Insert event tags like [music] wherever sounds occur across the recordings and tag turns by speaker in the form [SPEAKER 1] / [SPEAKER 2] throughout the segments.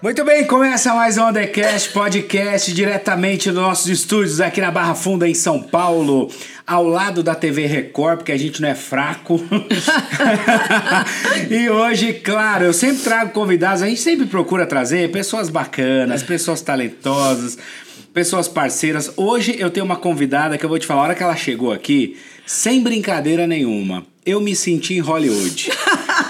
[SPEAKER 1] Muito bem, começa mais um Undercast Podcast diretamente dos nossos estúdios aqui na Barra Funda, em São Paulo, ao lado da TV Record, porque a gente não é fraco. [laughs] e hoje, claro, eu sempre trago convidados, a gente sempre procura trazer pessoas bacanas, pessoas talentosas, pessoas parceiras. Hoje eu tenho uma convidada que eu vou te falar, a hora que ela chegou aqui, sem brincadeira nenhuma, eu me senti em Hollywood.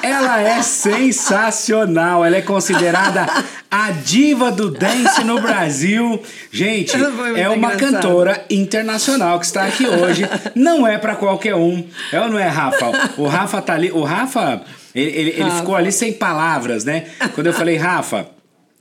[SPEAKER 1] Ela é sensacional. Ela é considerada a diva do dance no Brasil. Gente, é uma
[SPEAKER 2] engraçado.
[SPEAKER 1] cantora internacional que está aqui hoje. Não é para qualquer um. É ou não é, Rafa? O Rafa tá ali. O Rafa, ele, ele- ele ficou ali sem palavras, né? Quando eu falei, Rafa.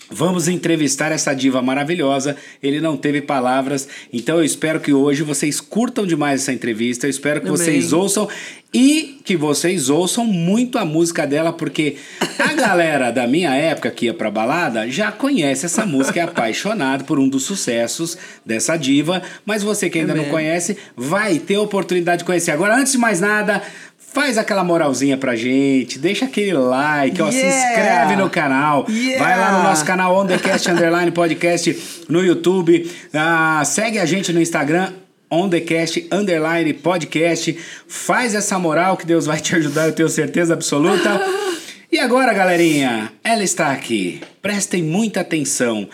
[SPEAKER 1] Vamos entrevistar essa diva maravilhosa. Ele não teve palavras, então eu espero que hoje vocês curtam demais essa entrevista. Eu espero que
[SPEAKER 2] Amém.
[SPEAKER 1] vocês ouçam e que vocês ouçam muito a música dela, porque a galera da minha época que ia pra balada já conhece essa música, é apaixonado por um dos sucessos dessa diva. Mas você que ainda não
[SPEAKER 2] Amém.
[SPEAKER 1] conhece, vai ter a oportunidade de conhecer. Agora, antes de mais nada. Faz aquela moralzinha pra gente, deixa aquele like, ó, se
[SPEAKER 2] Yeah!
[SPEAKER 1] inscreve no canal, vai lá no
[SPEAKER 2] Yeah!
[SPEAKER 1] nosso canal Ondecast [laughs] Underline Podcast no YouTube. Ah, segue a gente no Instagram. Ondecast Underline Podcast. Faz essa moral que Deus vai te ajudar, eu tenho certeza absoluta. E agora, galerinha, ela está aqui. Prestem muita atenção.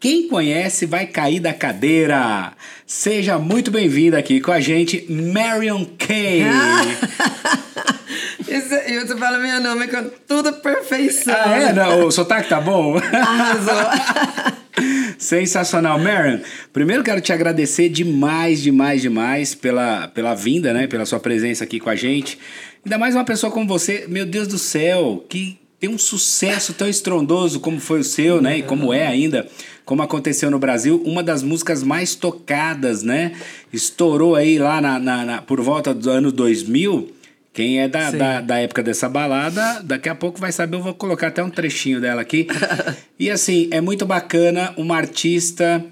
[SPEAKER 1] Quem conhece vai cair da cadeira. Seja muito bem-vinda aqui com a gente, Marion Kay.
[SPEAKER 2] [laughs] Isso, e você fala meu nome com toda perfeição.
[SPEAKER 1] Ah, é? Não, o sotaque tá bom?
[SPEAKER 2] Arrasou.
[SPEAKER 1] [laughs] Sensacional, Maren. Primeiro quero te agradecer demais, demais, demais pela, pela vinda, né? Pela sua presença aqui com a gente. Ainda mais uma pessoa como você, meu Deus do céu, que tem um sucesso tão estrondoso como foi o seu, né? E como é ainda, como aconteceu no Brasil, uma das músicas mais tocadas, né? Estourou aí lá na, na- na- por volta do ano 2000. Quem é da,
[SPEAKER 2] Sim.
[SPEAKER 1] da, da época dessa balada, daqui a pouco vai saber, eu vou colocar até um trechinho dela
[SPEAKER 2] [laughs]
[SPEAKER 1] aqui. e assim, é muito bacana uma artista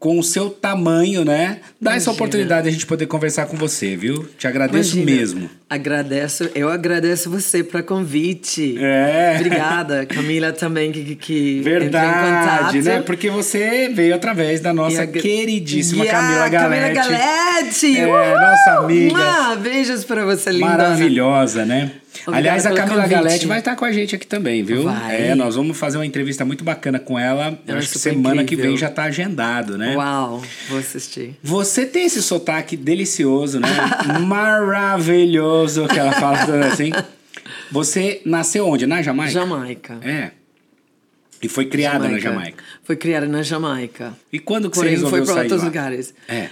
[SPEAKER 1] com o seu tamanho, né? Dá essa
[SPEAKER 2] Imagina.
[SPEAKER 1] oportunidade de a gente poder conversar com você, viu? Te agradeço
[SPEAKER 2] Imagina.
[SPEAKER 1] mesmo.
[SPEAKER 2] Agradeço, eu agradeço você para convite.
[SPEAKER 1] É.
[SPEAKER 2] Obrigada, Camila também que, que
[SPEAKER 1] [laughs] Verdade,
[SPEAKER 2] entrou em contato.
[SPEAKER 1] né? Porque você veio através da nossa
[SPEAKER 2] E a-
[SPEAKER 1] queridíssima
[SPEAKER 2] Yeah,
[SPEAKER 1] Camila Galete.
[SPEAKER 2] Camila Galete!
[SPEAKER 1] É,
[SPEAKER 2] Uhul!
[SPEAKER 1] nossa amiga.
[SPEAKER 2] Mua! beijos para você, linda.
[SPEAKER 1] Maravilhosa, né?
[SPEAKER 2] Obrigada
[SPEAKER 1] Aliás, a
[SPEAKER 2] pelo
[SPEAKER 1] Camila
[SPEAKER 2] convite. né?
[SPEAKER 1] Galete vai estar com a gente aqui também, viu?
[SPEAKER 2] Vai.
[SPEAKER 1] É, nós vamos fazer uma entrevista muito bacana com ela. Eu
[SPEAKER 2] Ela é
[SPEAKER 1] acho que
[SPEAKER 2] super
[SPEAKER 1] semana que
[SPEAKER 2] incrível.
[SPEAKER 1] vem já tá agendado, né?
[SPEAKER 2] Uau, vou assistir.
[SPEAKER 1] Você tem esse sotaque delicioso,
[SPEAKER 2] [laughs]
[SPEAKER 1] né? Maravilhoso que ela fala tudo assim. Você nasceu onde? Na Jamaica?
[SPEAKER 2] Jamaica.
[SPEAKER 1] É. E foi criada na Jamaica.
[SPEAKER 2] Foi criada na Jamaica.
[SPEAKER 1] E quando que você
[SPEAKER 2] Porém,
[SPEAKER 1] resolveu
[SPEAKER 2] foi para
[SPEAKER 1] sair
[SPEAKER 2] outros
[SPEAKER 1] lá?
[SPEAKER 2] lugares.
[SPEAKER 1] É.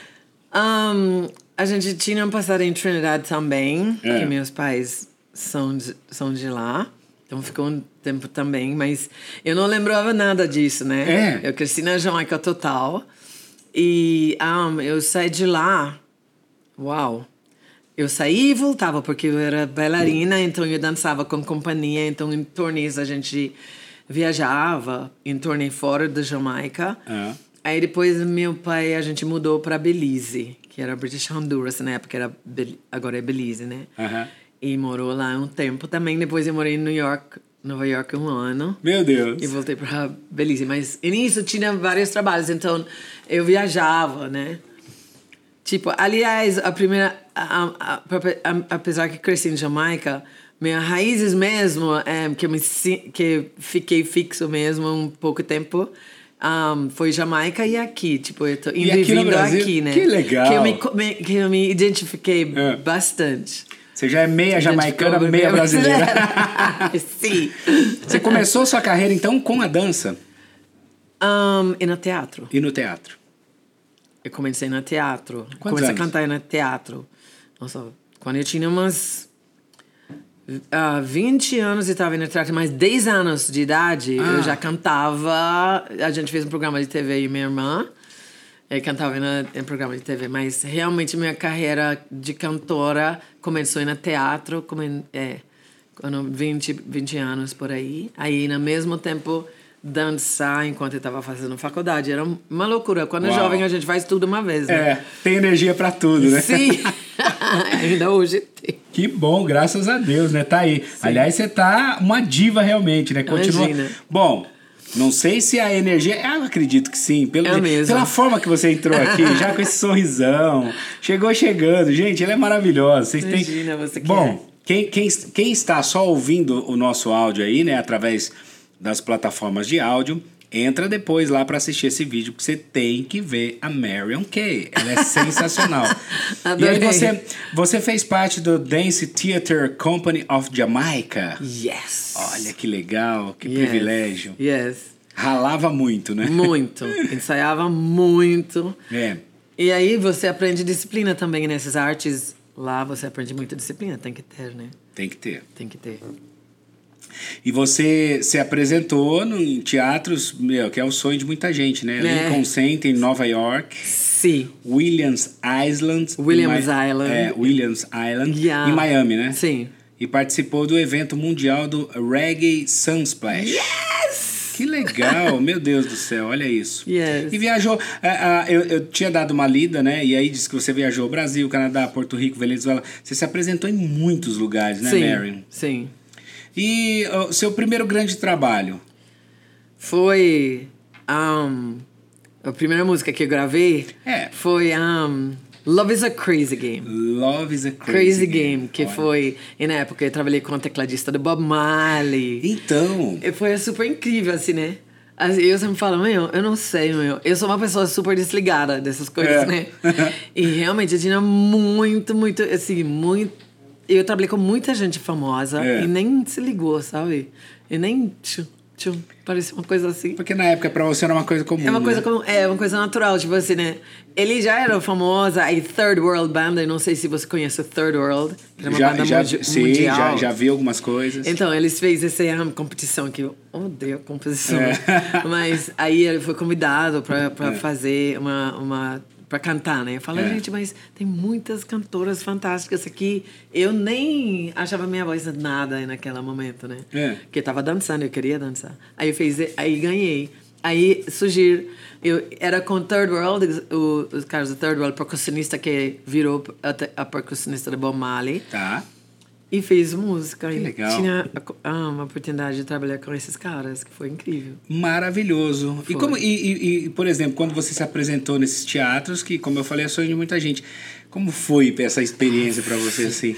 [SPEAKER 2] Ahn, Um, a gente tinha passado em Trinidad também,
[SPEAKER 1] É.
[SPEAKER 2] que meus pais são de, são de lá. Então ficou um tempo também, mas eu não lembrava nada disso, né?
[SPEAKER 1] É.
[SPEAKER 2] Eu cresci na Jamaica total. E ahn, eu saí de lá. Uau! Eu saí e voltava, porque eu era bailarina, então eu dançava com companhia. Então em turnês a gente viajava, em turnê fora da Jamaica.
[SPEAKER 1] Ah.
[SPEAKER 2] Aí depois meu pai, a gente mudou para Belize, que era British Honduras na época, era Bel- agora é Belize, né?
[SPEAKER 1] Aham.
[SPEAKER 2] E morou lá um tempo também. Depois eu morei em New York, Nova York um ano.
[SPEAKER 1] Meu Deus.
[SPEAKER 2] E voltei para Belize. Mas e nisso tinha vários trabalhos, então eu viajava, né? Tipo, aliás, a primeira. a- a- a- a- apesar que cresci em Jamaica, minhas raízes mesmo, é, que, eu me, si- que fiquei fixo mesmo um pouco tempo. ah, foi Jamaica e aqui, tipo, eu tô indo e,
[SPEAKER 1] aqui no
[SPEAKER 2] vindo
[SPEAKER 1] Brasil?
[SPEAKER 2] aqui, né?
[SPEAKER 1] Que legal.
[SPEAKER 2] Que eu me, co- me- que eu me identifiquei
[SPEAKER 1] É.
[SPEAKER 2] bastante.
[SPEAKER 1] Você já é meia jamaicana,
[SPEAKER 2] Identificou
[SPEAKER 1] meia brasileira.
[SPEAKER 2] [laughs] Sim.
[SPEAKER 1] Você começou sua carreira então com a dança
[SPEAKER 2] Ahn, e no teatro.
[SPEAKER 1] e no teatro.
[SPEAKER 2] Eu comecei no teatro.
[SPEAKER 1] Quantos
[SPEAKER 2] comecei
[SPEAKER 1] anos?
[SPEAKER 2] a cantar no teatro. Nossa, quando eu tinha umas ah, 20 anos e estava no teatro, mas 10 anos de idade,
[SPEAKER 1] Ah.
[SPEAKER 2] eu já cantava. A gente fez um programa de TV e minha irmã. Eu cantava na- em programa de TV, mas realmente minha carreira de cantora começou no teatro, come, é, quando 20, 20 anos por aí. Aí, no mesmo tempo, dançar enquanto eu estava fazendo faculdade. Era uma loucura. Quando é
[SPEAKER 1] Uau.
[SPEAKER 2] jovem, a gente faz tudo uma vez, né?
[SPEAKER 1] É, tem energia pra tudo, né? [laughs]
[SPEAKER 2] Sim. Ainda hoje tem.
[SPEAKER 1] Que bom, graças a Deus, né? Tá aí. Aliás, você tá uma diva realmente, né? Continua.
[SPEAKER 2] Imagina.
[SPEAKER 1] Bom, não sei se a energia. Ah, Eu acredito que sim. Pelo,
[SPEAKER 2] É mesmo.
[SPEAKER 1] Pela forma que você entrou
[SPEAKER 2] [laughs]
[SPEAKER 1] aqui, já com esse sorrisão. Chegou chegando. Gente, ela é maravilhosa. Vocês têm-
[SPEAKER 2] Imagina, você que é.
[SPEAKER 1] Bom, quem, quem, quem está só ouvindo o nosso áudio aí, né? Através das plataformas de áudio. Entra depois lá pra assistir esse vídeo, porque você tem que ver a Marion Kay. Ela é
[SPEAKER 2] [laughs]
[SPEAKER 1] sensacional. e aí
[SPEAKER 2] Adorei.
[SPEAKER 1] você você fez parte do Dance Theater Company of Jamaica.
[SPEAKER 2] Yes.
[SPEAKER 1] Olha que legal, que
[SPEAKER 2] Yes.
[SPEAKER 1] privilégio.
[SPEAKER 2] Yes.
[SPEAKER 1] Ralava muito, né?
[SPEAKER 2] Muito. Ensaiava muito.
[SPEAKER 1] [laughs] É.
[SPEAKER 2] E aí você aprende disciplina também nessas artes. Lá você aprende muita disciplina. Tem que ter, né?
[SPEAKER 1] Tem que ter.
[SPEAKER 2] Tem que ter.
[SPEAKER 1] E você se apresentou no, em teatros, meu, que é o sonho de muita gente, né?
[SPEAKER 2] É.
[SPEAKER 1] Lincoln Center em Nova York,
[SPEAKER 2] Sim.
[SPEAKER 1] Williams Island. em
[SPEAKER 2] Williams
[SPEAKER 1] Mi-
[SPEAKER 2] Island.
[SPEAKER 1] É, Williams Island,
[SPEAKER 2] Yeah.
[SPEAKER 1] em Miami, né?
[SPEAKER 2] Sim.
[SPEAKER 1] E participou do evento mundial do Reggae Sunsplash. Que legal, [laughs] meu Deus do céu, olha isso.
[SPEAKER 2] Yes.
[SPEAKER 1] E viajou, ah, ah, eu, eu tinha dado uma lida, né? E aí disse que você viajou Brasil, Canadá, Porto Rico, Venezuela. Você se apresentou em muitos lugares, né,
[SPEAKER 2] Sim.
[SPEAKER 1] Marion?
[SPEAKER 2] Sim.
[SPEAKER 1] E o seu primeiro grande trabalho?
[SPEAKER 2] Foi. Um, a primeira música que eu gravei
[SPEAKER 1] É.
[SPEAKER 2] foi um, Love is a Crazy Game.
[SPEAKER 1] Love is a Crazy,
[SPEAKER 2] Crazy Game, que
[SPEAKER 1] Olha.
[SPEAKER 2] foi. E na época eu trabalhei com o tecladista do Bob Marley.
[SPEAKER 1] Então,
[SPEAKER 2] E foi super incrível, assim, né? Assim, Eu sempre falo, meu, eu não sei, meu. Eu sou uma pessoa super desligada dessas coisas,
[SPEAKER 1] É. [laughs]
[SPEAKER 2] né? e realmente eu tinha muito, muito, assim, muito. Eu trabalhei com muita gente famosa
[SPEAKER 1] É.
[SPEAKER 2] e nem se ligou, sabe? E nem. Tchum, tchum, parecia uma coisa assim.
[SPEAKER 1] porque na época pra você era uma coisa comum.
[SPEAKER 2] É uma
[SPEAKER 1] né?
[SPEAKER 2] coisa como, é uma coisa natural, tipo assim, né? Ele já era famosa, aí Third World Band, eu não sei se você conhece o Third World, que era uma
[SPEAKER 1] já,
[SPEAKER 2] banda
[SPEAKER 1] já,
[SPEAKER 2] mundi-
[SPEAKER 1] sim,
[SPEAKER 2] mundial.
[SPEAKER 1] já, já vi algumas coisas.
[SPEAKER 2] Então, eles fez essa ah, competição que eu odeio a composição.
[SPEAKER 1] É.
[SPEAKER 2] [laughs] Mas aí ele foi convidado pra, pra fazer uma. uma pra cantar, né? Eu falei,
[SPEAKER 1] É.
[SPEAKER 2] gente, mas tem muitas cantoras fantásticas aqui. Eu nem achava minha voz nada naquele momento, né?
[SPEAKER 1] É.
[SPEAKER 2] Porque eu tava dançando, eu queria dançar. Aí eu fiz, aí ganhei. Aí surgir, eu era com Third World, o- os caras do Third World, percussionista que virou a, a percussionista do Bob Marley.
[SPEAKER 1] Tá.
[SPEAKER 2] E fez música. e
[SPEAKER 1] legal.
[SPEAKER 2] Tinha a co- ah, uma oportunidade de trabalhar com esses caras, que foi incrível.
[SPEAKER 1] Maravilhoso. E, como, e, e- e, por exemplo, quando você se apresentou nesses teatros, que, como eu falei, é sonho de muita gente, como foi essa experiência pra você, assim?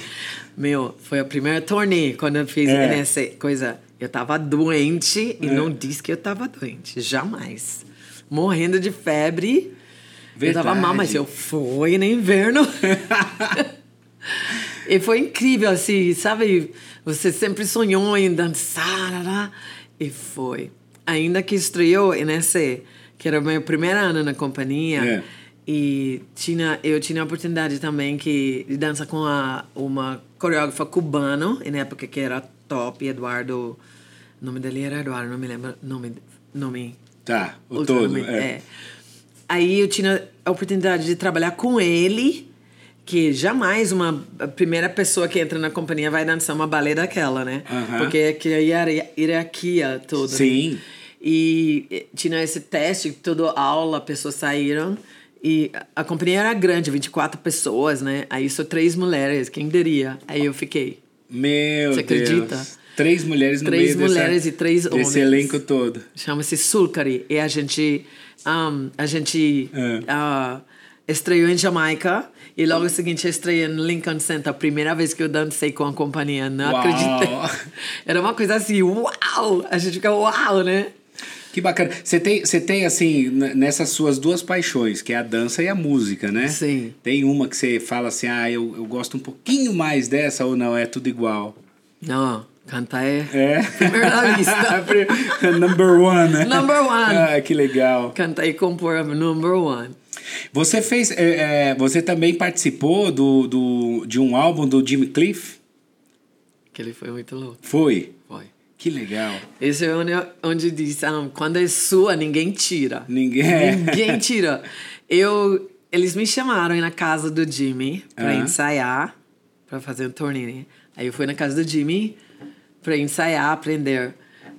[SPEAKER 2] Meu, foi a primeira turnê quando eu fiz
[SPEAKER 1] É.
[SPEAKER 2] essa coisa. Eu tava doente e não disse que eu tava doente, jamais. Morrendo de febre. Eu tava mal, mas
[SPEAKER 1] Verdade.
[SPEAKER 2] eu fui
[SPEAKER 1] [laughs]
[SPEAKER 2] no inverno. E foi incrível, assim, sabe? Você sempre sonhou em dançar, lá, lá. e foi. Ainda que estreou nesse, que era o meu primeiro ano na companhia,
[SPEAKER 1] É.
[SPEAKER 2] e tinha, eu tinha a oportunidade também que, de dançar com a, uma coreógrafa cubana, e na época que era top, Eduardo. O nome dele era Eduardo, não me lembro. Nome, nome
[SPEAKER 1] Tá, o
[SPEAKER 2] Outro
[SPEAKER 1] todo.
[SPEAKER 2] nome,
[SPEAKER 1] É.
[SPEAKER 2] é. Aí eu tinha a oportunidade de trabalhar com ele, que jamais uma a primeira pessoa que entra na companhia vai dançar uma balé daquela, né?
[SPEAKER 1] Aham.
[SPEAKER 2] Porque é que a hierar- hierarquia toda. né?
[SPEAKER 1] Sim.
[SPEAKER 2] E eh, tinha esse teste, toda aula, pessoas saíram. E a- a companhia era grande, 24 pessoas, né? Aí só três mulheres, quem diria? Aí eu fiquei.
[SPEAKER 1] Meu
[SPEAKER 2] Você
[SPEAKER 1] Deus.
[SPEAKER 2] acredita?
[SPEAKER 1] Três mulheres no
[SPEAKER 2] Três
[SPEAKER 1] meio dessa-
[SPEAKER 2] mulheres e três homens.
[SPEAKER 1] Desse elenco todo.
[SPEAKER 2] chama-se Sulcari e a gente ahn, a gente
[SPEAKER 1] É.
[SPEAKER 2] ah, estreou em Jamaica e logo seguinte estreia em Lincoln Center a primeira vez que eu dancei com a companhia não
[SPEAKER 1] Uau!
[SPEAKER 2] acreditei [laughs] era uma coisa assim uau a gente fica uau né
[SPEAKER 1] Que bacana. Você tem, você tem assim, n- nessas suas duas paixões, que é a dança e a música, né?
[SPEAKER 2] Sim.
[SPEAKER 1] Tem uma que você fala assim, ah, eu, eu gosto um pouquinho mais dessa ou não, é tudo igual.
[SPEAKER 2] não cantar é,
[SPEAKER 1] É.
[SPEAKER 2] primeiro na
[SPEAKER 1] [laughs]
[SPEAKER 2] vista
[SPEAKER 1] Number one, né?
[SPEAKER 2] Number one.
[SPEAKER 1] Ah, que legal.
[SPEAKER 2] cantar e compor é number one
[SPEAKER 1] Você fez. é, é, você também participou do, do, de um álbum do Jimmy Cliff?
[SPEAKER 2] que ele foi muito louco
[SPEAKER 1] Foi.
[SPEAKER 2] foi
[SPEAKER 1] Que legal.
[SPEAKER 2] esse é onde, onde diz ah, quando é sua ninguém tira
[SPEAKER 1] Ninguém. é.
[SPEAKER 2] Ninguém tira. Eu, eles me chamaram aí na casa do Jimmy pra
[SPEAKER 1] Aham.
[SPEAKER 2] ensaiar, pra fazer um torneio. Aí eu fui na casa do Jimmy pra ensaiar, aprender.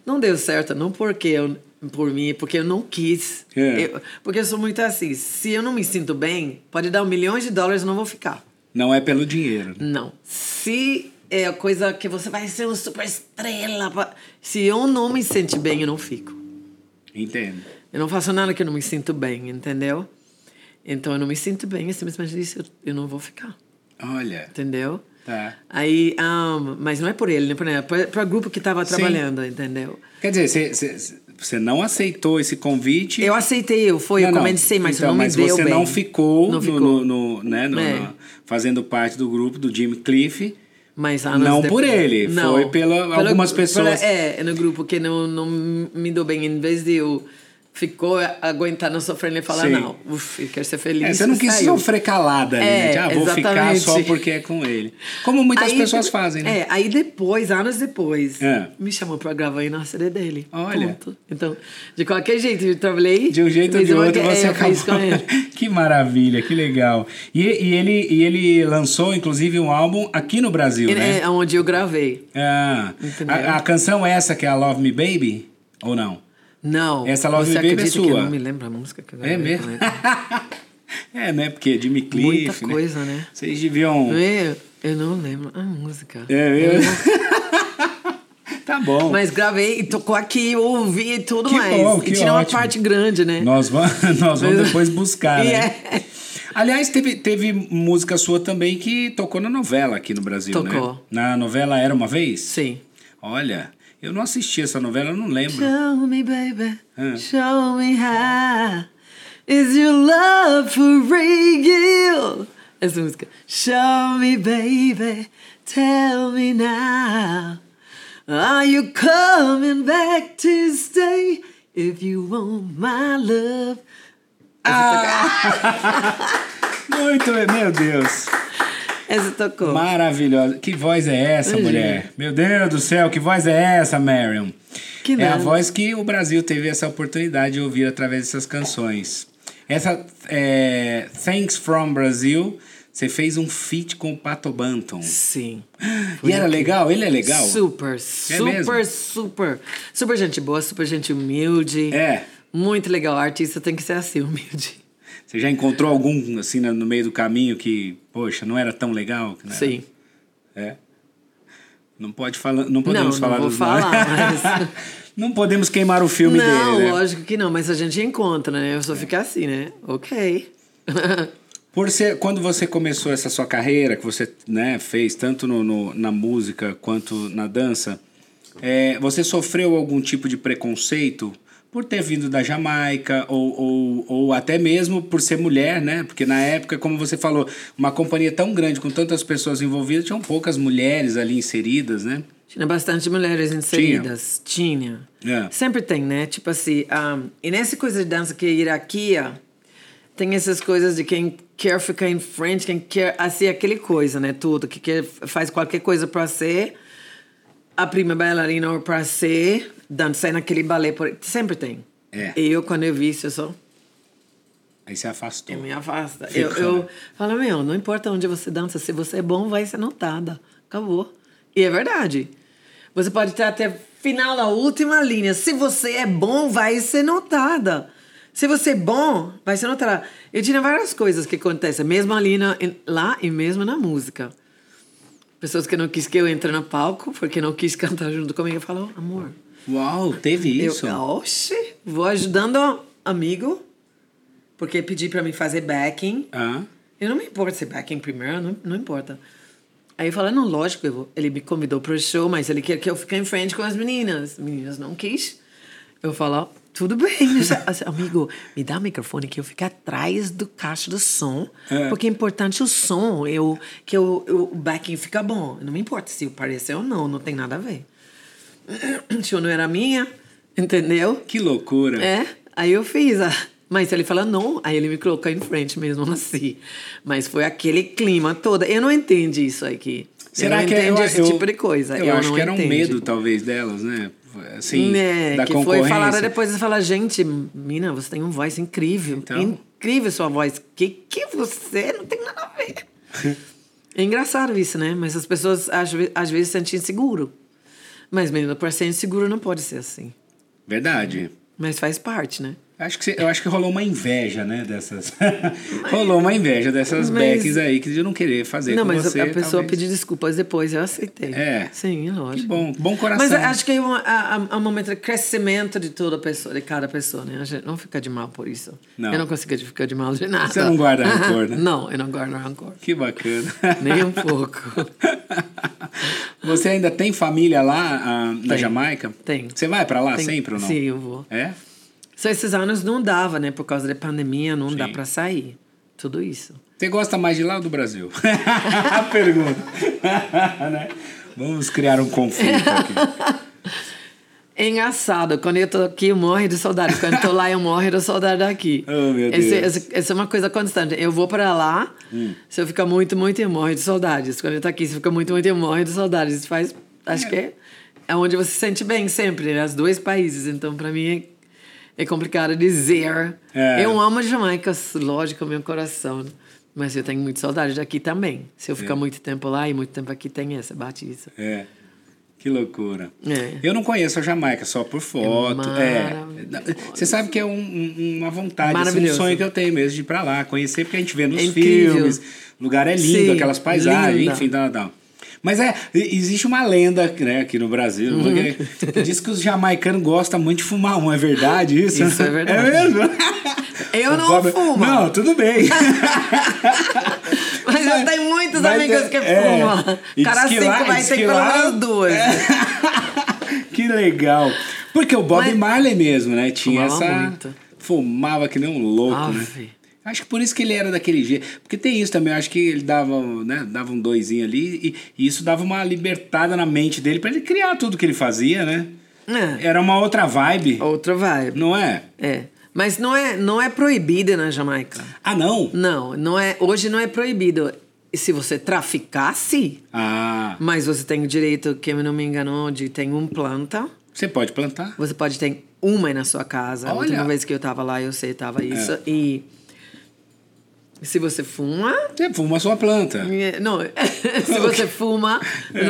[SPEAKER 2] Não deu certo, não porque eu por mim, porque eu não quis.
[SPEAKER 1] É.
[SPEAKER 2] Eu- porque eu sou muito assim. Se eu não me sinto bem, pode dar um milhão de dólares, eu não vou ficar.
[SPEAKER 1] Não é pelo dinheiro.
[SPEAKER 2] Não. Se é a coisa que você vai ser uma super estrela. pa- Se eu não me sinto bem, eu não fico.
[SPEAKER 1] Entendo.
[SPEAKER 2] Eu não faço nada que eu não me sinto bem, entendeu? Então eu não me sinto bem, eu simplesmente disse, eu, eu não vou ficar,
[SPEAKER 1] Olha.
[SPEAKER 2] entendeu?
[SPEAKER 1] Tá.
[SPEAKER 2] Aí, ahn, mas não é por ele, né? Por, por, por grupo que tava
[SPEAKER 1] Sim.
[SPEAKER 2] trabalhando, entendeu?
[SPEAKER 1] Quer dizer, você- você- você não aceitou esse convite.
[SPEAKER 2] Eu aceitei, eu fui, eu comecei, mas
[SPEAKER 1] então,
[SPEAKER 2] não me
[SPEAKER 1] mas
[SPEAKER 2] deu
[SPEAKER 1] você
[SPEAKER 2] bem.
[SPEAKER 1] não ficou,
[SPEAKER 2] Não
[SPEAKER 1] no-
[SPEAKER 2] ficou.
[SPEAKER 1] no- no- né, no-
[SPEAKER 2] É.
[SPEAKER 1] no- fazendo parte do grupo do Jimmy Cliff.
[SPEAKER 2] Mas anos
[SPEAKER 1] Não por
[SPEAKER 2] depois-
[SPEAKER 1] ele, foi pela- algumas pessoas.
[SPEAKER 2] é, no grupo que não, não me deu bem. Em vez de eu ficou aguentando, sofrendo e falar,
[SPEAKER 1] Sim.
[SPEAKER 2] não, uf, eu quero ser feliz.
[SPEAKER 1] É, você não quis
[SPEAKER 2] saiu.
[SPEAKER 1] sofrer calada ali, né?
[SPEAKER 2] É,
[SPEAKER 1] De, ah, vou ficar
[SPEAKER 2] exatamente.
[SPEAKER 1] só porque é com ele. Como muitas
[SPEAKER 2] Aí-
[SPEAKER 1] pessoas fazem, né?
[SPEAKER 2] É, aí depois, anos depois,
[SPEAKER 1] É.
[SPEAKER 2] me chamou pra gravar aí na CD dele.
[SPEAKER 1] Olha.
[SPEAKER 2] Ponto. Então, de qualquer jeito, eu trabalhei.
[SPEAKER 1] De um jeito ou
[SPEAKER 2] fiz
[SPEAKER 1] de
[SPEAKER 2] uma-
[SPEAKER 1] outro,
[SPEAKER 2] é,
[SPEAKER 1] você
[SPEAKER 2] eu fiz
[SPEAKER 1] acabou.
[SPEAKER 2] com ele.
[SPEAKER 1] [laughs] que maravilha, que legal. E, e ele, e ele lançou, inclusive, um álbum aqui no Brasil,
[SPEAKER 2] Ele
[SPEAKER 1] né?
[SPEAKER 2] É onde eu gravei.
[SPEAKER 1] Ah,
[SPEAKER 2] Entendeu?
[SPEAKER 1] a, a canção essa que é a Love Me Baby, ou não?
[SPEAKER 2] Não.
[SPEAKER 1] Essa Love
[SPEAKER 2] você
[SPEAKER 1] Me Baby é
[SPEAKER 2] acredita que
[SPEAKER 1] sua?
[SPEAKER 2] eu não me lembro a música que eu gravei.
[SPEAKER 1] É mesmo?
[SPEAKER 2] com ele?
[SPEAKER 1] [laughs] é, né? Porque Jimmy Cliff,
[SPEAKER 2] Muita
[SPEAKER 1] né?
[SPEAKER 2] coisa, né?
[SPEAKER 1] Vocês deviam...
[SPEAKER 2] Não é? Eu não lembro a música.
[SPEAKER 1] É, eu... [laughs] tá bom.
[SPEAKER 2] Mas gravei e tocou aqui, eu ouvi e tudo
[SPEAKER 1] Que
[SPEAKER 2] mais.
[SPEAKER 1] bom, que
[SPEAKER 2] e tinha uma
[SPEAKER 1] ótimo.
[SPEAKER 2] parte grande, né?
[SPEAKER 1] Nós vamos, [laughs] nós vamos depois buscar,
[SPEAKER 2] E
[SPEAKER 1] né?
[SPEAKER 2] [laughs] é.
[SPEAKER 1] Aliás, teve, teve música sua também que tocou na novela aqui no Brasil, né?
[SPEAKER 2] Tocou.
[SPEAKER 1] Na novela Era Uma Vez?
[SPEAKER 2] Sim.
[SPEAKER 1] Olha, eu não assisti essa novela, eu não lembro.
[SPEAKER 2] Show me, baby.
[SPEAKER 1] Ah.
[SPEAKER 2] Show me how. Is your love for real? Essa música. Show me, baby. Tell me now. Are you coming back to stay? If you want my love.
[SPEAKER 1] Ah! [laughs] Muito bem, meu Deus.
[SPEAKER 2] Essa tocou.
[SPEAKER 1] Maravilhosa. Que voz é essa,
[SPEAKER 2] Imagina.
[SPEAKER 1] mulher? Meu Deus do céu, que voz é essa, Marion?
[SPEAKER 2] Que
[SPEAKER 1] é a
[SPEAKER 2] nada.
[SPEAKER 1] voz que o Brasil teve essa oportunidade de ouvir através dessas canções. Essa é, Thanks from Brazil, você fez um feat com o Pato Banton.
[SPEAKER 2] [gasps] Sim.
[SPEAKER 1] E era legal? Ele é legal?
[SPEAKER 2] Super, super,
[SPEAKER 1] mesmo?
[SPEAKER 2] super. Super gente boa, super gente humilde.
[SPEAKER 1] É.
[SPEAKER 2] Muito legal. Artista tem que ser assim, humilde.
[SPEAKER 1] Você já encontrou algum, assim, no meio do caminho que, poxa, não era tão legal? que não era?
[SPEAKER 2] Sim.
[SPEAKER 1] É. Não pode falar, não podemos
[SPEAKER 2] não
[SPEAKER 1] falar
[SPEAKER 2] vou
[SPEAKER 1] dos
[SPEAKER 2] falar,
[SPEAKER 1] nomes. [laughs] não podemos queimar o filme
[SPEAKER 2] não,
[SPEAKER 1] dele, né? É.
[SPEAKER 2] lógico que não, mas a gente encontra, né? Eu só fico assim, né? Ok. [laughs]
[SPEAKER 1] Por ser, quando você começou essa sua carreira, que você né, fez tanto no- no- na música quanto na dança, é, você sofreu algum tipo de preconceito por ter vindo da Jamaica ou, ou- ou até mesmo por ser mulher, né? Porque na época, como você falou, uma companhia tão grande com tantas pessoas envolvidas, tinham poucas mulheres ali inseridas, né?
[SPEAKER 2] Tinha bastante mulheres inseridas. Tinha.
[SPEAKER 1] É.
[SPEAKER 2] Sempre tem, né? Tipo assim, ahm, e nessa coisa de dança que é iraquia, tem essas coisas de quem quer ficar em frente, quem quer, assim, aquele coisa, né? Tudo, que quer, faz qualquer coisa pra ser a prima bailarina ou pra ser dançar naquele balé. Por... Sempre tem.
[SPEAKER 1] É.
[SPEAKER 2] E eu, quando eu vi isso, eu só...
[SPEAKER 1] Aí se afastou.
[SPEAKER 2] Eu me É afasta.
[SPEAKER 1] Fica,
[SPEAKER 2] Eu, eu
[SPEAKER 1] né?
[SPEAKER 2] falo, meu, não importa onde você dança, se você é bom, vai ser notada. Acabou. E é verdade. Você pode ter até final da última linha. Se você é bom, vai ser notada. Se você é bom, vai ser notada. Eu tinha várias coisas que acontecem, mesmo ali na- em- lá e mesmo na música. Pessoas que não quis que eu entre no palco, porque não quis [laughs] cantar junto comigo, eu falo, amor,
[SPEAKER 1] Uau, teve isso.
[SPEAKER 2] eu, oxe, vou ajudando amigo, porque pedi pra mim fazer backing.
[SPEAKER 1] Ah,
[SPEAKER 2] Eu não me importo se backing primeiro, não, não importa. Aí eu falei, não, lógico, eu vou. ele me convidou pro show, mas ele quer que eu fique em frente com as meninas. Meninas não quis. Eu falo, tudo bem, [laughs] já- assim, amigo, me dá o microfone que eu fique atrás do caixa do som,
[SPEAKER 1] É.
[SPEAKER 2] porque é importante o som, eu, que eu, eu- o backing fica bom. Não me importa se parecer ou não, não tem nada a ver. [clears throat] O show não era minha, entendeu?
[SPEAKER 1] que loucura.
[SPEAKER 2] É, aí eu fiz. A... Mas ele fala não, aí ele me colocou em frente mesmo [laughs] assim. Mas foi aquele clima todo. Eu não entendo isso aqui. eu não entendo esse tipo de coisa.
[SPEAKER 1] é- Eu,
[SPEAKER 2] Eu,
[SPEAKER 1] acho
[SPEAKER 2] não
[SPEAKER 1] que era um
[SPEAKER 2] entendo.
[SPEAKER 1] medo, talvez, delas, né? Assim,
[SPEAKER 2] né?
[SPEAKER 1] da
[SPEAKER 2] que
[SPEAKER 1] concorrência.
[SPEAKER 2] foi falada depois e fala, gente, mina, você tem uma voz incrível.
[SPEAKER 1] Então.
[SPEAKER 2] Incrível sua voz. Que que você não tem nada a ver.
[SPEAKER 1] [laughs]
[SPEAKER 2] é engraçado isso, né? Mas as pessoas às, ve- às vezes se sentem inseguro. Mas menina, para ser inseguro não pode ser assim.
[SPEAKER 1] Verdade.
[SPEAKER 2] Mas faz parte, né?
[SPEAKER 1] Acho que, você- eu acho que rolou uma inveja, né?
[SPEAKER 2] [laughs]
[SPEAKER 1] Dessas. [laughs] rolou uma inveja dessas
[SPEAKER 2] Mas-
[SPEAKER 1] backs aí que de não querer fazer
[SPEAKER 2] não,
[SPEAKER 1] com
[SPEAKER 2] mas a-
[SPEAKER 1] você.
[SPEAKER 2] a pessoa
[SPEAKER 1] talvez.
[SPEAKER 2] pediu desculpas depois, eu aceitei.
[SPEAKER 1] É.
[SPEAKER 2] Sim,
[SPEAKER 1] Que
[SPEAKER 2] lógico.
[SPEAKER 1] bom, bom coração.
[SPEAKER 2] Mas acho que é um, a- a- a um momento de crescimento de toda pessoa, de cada pessoa, né? A gente não fica de mal por isso.
[SPEAKER 1] Não.
[SPEAKER 2] Eu não consigo de ficar de mal de nada.
[SPEAKER 1] Você não guarda rancor, né?
[SPEAKER 2] [laughs] não, eu não guardo rancor.
[SPEAKER 1] Que bacana.
[SPEAKER 2] Nem um pouco.
[SPEAKER 1] [laughs] Você ainda tem família lá ah, na
[SPEAKER 2] Tem.
[SPEAKER 1] Jamaica?
[SPEAKER 2] Tem.
[SPEAKER 1] Você vai pra lá
[SPEAKER 2] Tem-
[SPEAKER 1] Tá sempre ou não?
[SPEAKER 2] Sim, eu vou.
[SPEAKER 1] É?
[SPEAKER 2] Só esses anos não dava, né? Por causa da pandemia, não dá
[SPEAKER 1] Sim.
[SPEAKER 2] pra sair. Tudo isso.
[SPEAKER 1] Você gosta mais de lá ou do Brasil? [laughs] Pergunta. [laughs] Né? Vamos criar um conflito aqui.
[SPEAKER 2] É engraçado, quando eu tô aqui eu morro de saudade. Quando eu tô lá eu morro de saudade daqui.
[SPEAKER 1] [laughs] Oh, meu
[SPEAKER 2] Esse-
[SPEAKER 1] Deus. Hum.
[SPEAKER 2] esse- Essa é uma coisa constante. Eu vou pra lá, se eu ficar muito, muito, eu morro de saudades. Quando eu tô aqui, se fica muito, muito, eu morro de saudades. Isso faz, acho que é, é onde você se sente bem sempre, né? Os dois países. Então, pra mim, é, é complicado dizer.
[SPEAKER 1] É.
[SPEAKER 2] Eu amo a Jamaica, lógico, meu coração. Mas eu tenho muito saudade daqui também. Se eu ficar muito tempo lá e muito tempo aqui, tem essa, bate isso.
[SPEAKER 1] É. Que loucura.
[SPEAKER 2] É.
[SPEAKER 1] Eu não conheço a Jamaica, só por foto. É.
[SPEAKER 2] maravilhoso.
[SPEAKER 1] Você sabe que é um- um- uma vontade, assim, um
[SPEAKER 2] Maravilhoso.
[SPEAKER 1] sonho que eu tenho mesmo de ir pra lá, conhecer, porque a gente vê nos
[SPEAKER 2] É incrível.
[SPEAKER 1] filmes. O lugar é lindo,
[SPEAKER 2] Sim,
[SPEAKER 1] aquelas paisagens,
[SPEAKER 2] linda.
[SPEAKER 1] enfim, tal, tal. Mas é, e- existe uma lenda, né, aqui no Brasil,
[SPEAKER 2] Uhum.
[SPEAKER 1] que diz que os jamaicanos gostam muito de fumar um. É verdade isso?
[SPEAKER 2] Isso é verdade.
[SPEAKER 1] É mesmo?
[SPEAKER 2] Eu
[SPEAKER 1] O
[SPEAKER 2] não
[SPEAKER 1] pobre-
[SPEAKER 2] fumo.
[SPEAKER 1] Não, tudo
[SPEAKER 2] [laughs]
[SPEAKER 1] bem.
[SPEAKER 2] Mas eu tenho muitos
[SPEAKER 1] Mas
[SPEAKER 2] amigos que
[SPEAKER 1] é-
[SPEAKER 2] fumam.
[SPEAKER 1] E diz
[SPEAKER 2] Cara
[SPEAKER 1] que
[SPEAKER 2] cinco
[SPEAKER 1] lá-
[SPEAKER 2] vai
[SPEAKER 1] diz
[SPEAKER 2] ter
[SPEAKER 1] que
[SPEAKER 2] pelo
[SPEAKER 1] lá-
[SPEAKER 2] menos duas.
[SPEAKER 1] [laughs] que legal. Porque o Bob
[SPEAKER 2] Mas-
[SPEAKER 1] Marley mesmo, né? Tinha
[SPEAKER 2] Fumava
[SPEAKER 1] essa.
[SPEAKER 2] muito. Ah.
[SPEAKER 1] Fumava que nem um louco, né?
[SPEAKER 2] Ave.
[SPEAKER 1] Acho que por isso que ele era daquele jeito. Porque tem isso também, eu acho que ele dava, um, né, dava um doizinho ali e, e isso dava uma libertada na mente dele pra ele criar tudo que ele fazia, né?
[SPEAKER 2] É.
[SPEAKER 1] Era uma outra vibe,
[SPEAKER 2] Outra vibe.
[SPEAKER 1] não é?
[SPEAKER 2] É. Mas não é, não é proibida na Jamaica.
[SPEAKER 1] Ah, não?
[SPEAKER 2] Não, não é. Hoje não é proibido. E se você traficasse,
[SPEAKER 1] Ah,
[SPEAKER 2] mas você tem o direito, que eu não me engano, de ter um planta.
[SPEAKER 1] você pode plantar?
[SPEAKER 2] Você pode ter uma aí na sua casa. A
[SPEAKER 1] Olha. É.
[SPEAKER 2] última vez que eu tava lá, eu sei, tava isso. E se você fuma,
[SPEAKER 1] Você fuma a sua planta.
[SPEAKER 2] É, Não, [laughs] se você fuma,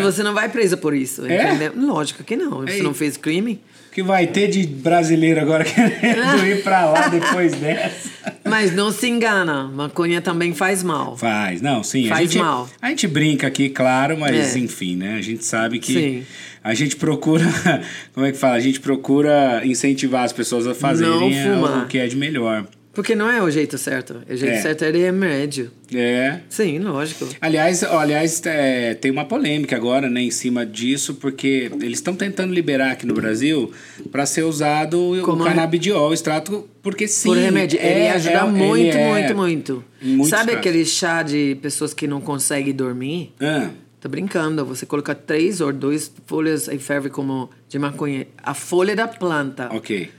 [SPEAKER 2] você não vai presa por isso,
[SPEAKER 1] É?
[SPEAKER 2] entendeu? Lógico que não. Você
[SPEAKER 1] Ei.
[SPEAKER 2] não fez crime.
[SPEAKER 1] O que vai ter de brasileiro agora [laughs] querendo ir pra lá
[SPEAKER 2] [laughs]
[SPEAKER 1] depois dessa?
[SPEAKER 2] Mas não se engana, maconha também faz mal.
[SPEAKER 1] Faz, não, sim. a
[SPEAKER 2] Faz
[SPEAKER 1] gente,
[SPEAKER 2] mal.
[SPEAKER 1] A gente brinca aqui, claro, mas
[SPEAKER 2] É.
[SPEAKER 1] enfim, né? A gente sabe que
[SPEAKER 2] Sim.
[SPEAKER 1] a gente procura, [laughs] como é que fala? A gente procura incentivar as pessoas a fazerem
[SPEAKER 2] fumar.
[SPEAKER 1] o que é de melhor.
[SPEAKER 2] Porque não é o jeito certo. O jeito
[SPEAKER 1] É.
[SPEAKER 2] certo é remédio.
[SPEAKER 1] É.
[SPEAKER 2] Sim, lógico.
[SPEAKER 1] Aliás, ó, aliás é, tem uma polêmica agora né, em cima disso, porque eles estão tentando liberar aqui no Brasil para ser usado
[SPEAKER 2] Como
[SPEAKER 1] o
[SPEAKER 2] re-
[SPEAKER 1] canabidiol, o extrato, porque sim.
[SPEAKER 2] por remédio.
[SPEAKER 1] é-
[SPEAKER 2] ele ajuda
[SPEAKER 1] é- ele
[SPEAKER 2] muito,
[SPEAKER 1] é-
[SPEAKER 2] muito, muito,
[SPEAKER 1] Em muitos
[SPEAKER 2] Sabe
[SPEAKER 1] casos.
[SPEAKER 2] aquele chá de pessoas que não conseguem dormir?
[SPEAKER 1] Ah,
[SPEAKER 2] Tô brincando, você coloca três ou dois folhas e ferve como de maconha. A folha é da planta.
[SPEAKER 1] ok.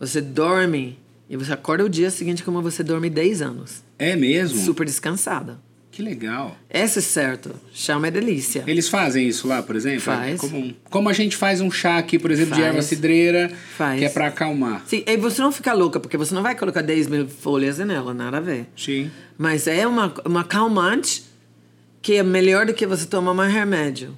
[SPEAKER 2] Você dorme e você acorda o dia seguinte como você dorme 10 anos.
[SPEAKER 1] É mesmo?
[SPEAKER 2] Super descansada.
[SPEAKER 1] Que legal.
[SPEAKER 2] Esse é certo. Chama é delícia.
[SPEAKER 1] Eles fazem isso lá, por exemplo?
[SPEAKER 2] Faz.
[SPEAKER 1] É comum. Como a gente faz um chá aqui, por exemplo, de
[SPEAKER 2] Faz.
[SPEAKER 1] erva cidreira,
[SPEAKER 2] Faz.
[SPEAKER 1] que é pra acalmar.
[SPEAKER 2] Sim, e você não fica louca, porque você não vai colocar 10 mil folhas nela, nada a ver.
[SPEAKER 1] Sim.
[SPEAKER 2] Mas é uma, uma calmante que é melhor do que você tomar mais remédio.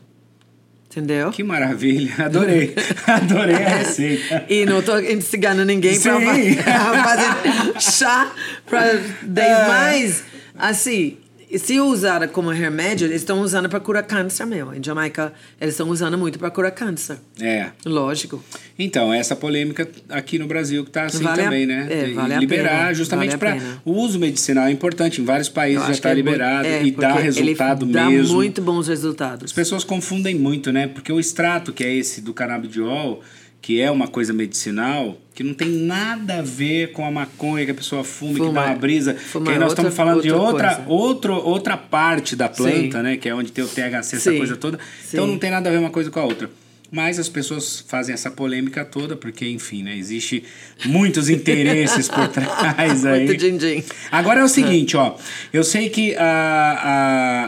[SPEAKER 2] Entendeu? É.
[SPEAKER 1] Que maravilha. [laughs]
[SPEAKER 2] [laughs]
[SPEAKER 1] Adorei. Adorei a receita.
[SPEAKER 2] E não tô instigando ninguém pra
[SPEAKER 1] Sim.
[SPEAKER 2] fa- [laughs] fazer chá pra 10
[SPEAKER 1] É.
[SPEAKER 2] mais. Assim, se usar como remédio, eles estão usando pra curar câncer mesmo. Em Jamaica, eles estão usando muito pra curar câncer.
[SPEAKER 1] É.
[SPEAKER 2] Lógico.
[SPEAKER 1] Então, essa polêmica aqui no Brasil que tá assim
[SPEAKER 2] Vale a-
[SPEAKER 1] também, né?
[SPEAKER 2] é,
[SPEAKER 1] De
[SPEAKER 2] vale a
[SPEAKER 1] liberar
[SPEAKER 2] pena,
[SPEAKER 1] justamente
[SPEAKER 2] vale a
[SPEAKER 1] pra.
[SPEAKER 2] pena.
[SPEAKER 1] o uso medicinal é importante, em vários
[SPEAKER 2] Eu
[SPEAKER 1] países já
[SPEAKER 2] acho
[SPEAKER 1] tá
[SPEAKER 2] que é muito-
[SPEAKER 1] liberado
[SPEAKER 2] é,
[SPEAKER 1] e dá
[SPEAKER 2] porque ele
[SPEAKER 1] resultado
[SPEAKER 2] dá
[SPEAKER 1] mesmo.
[SPEAKER 2] muito bons
[SPEAKER 1] As
[SPEAKER 2] resultados.
[SPEAKER 1] pessoas confundem muito, né? Porque o extrato, que é esse do canabidiol, que é uma coisa medicinal, que não tem nada a ver com a maconha que a pessoa fuma, que
[SPEAKER 2] Fuma-
[SPEAKER 1] dá uma brisa.
[SPEAKER 2] fuma
[SPEAKER 1] que aí nós
[SPEAKER 2] outra-
[SPEAKER 1] estamos falando de
[SPEAKER 2] outra
[SPEAKER 1] outra,
[SPEAKER 2] coisa.
[SPEAKER 1] outro, outra parte da planta,
[SPEAKER 2] Sim.
[SPEAKER 1] né? Que é onde tem o THC, essa
[SPEAKER 2] Sim.
[SPEAKER 1] coisa toda. Então
[SPEAKER 2] Sim.
[SPEAKER 1] não tem nada a ver uma coisa com a outra. Mas as pessoas fazem essa polêmica toda, porque, enfim, né? Existe muitos interesses
[SPEAKER 2] [laughs]
[SPEAKER 1] por [laughs] trás aí.
[SPEAKER 2] Muito din-din.
[SPEAKER 1] Agora é o seguinte, ó. Eu sei que a,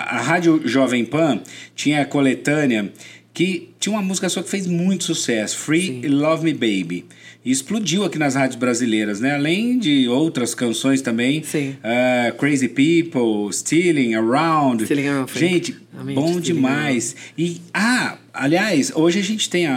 [SPEAKER 1] a, a Rádio Jovem Pan tinha a coletânea que tinha uma música sua que fez muito sucesso, Free Love Me Baby. E explodiu aqui nas rádios brasileiras, né? Além de outras canções também.
[SPEAKER 2] Sim.
[SPEAKER 1] ah, Crazy People, Stealing Around.
[SPEAKER 2] Stealing Around, Frank.
[SPEAKER 1] Gente,
[SPEAKER 2] Amei
[SPEAKER 1] bom
[SPEAKER 2] Stealing
[SPEAKER 1] demais. E, ah, aliás, hoje a gente tem a,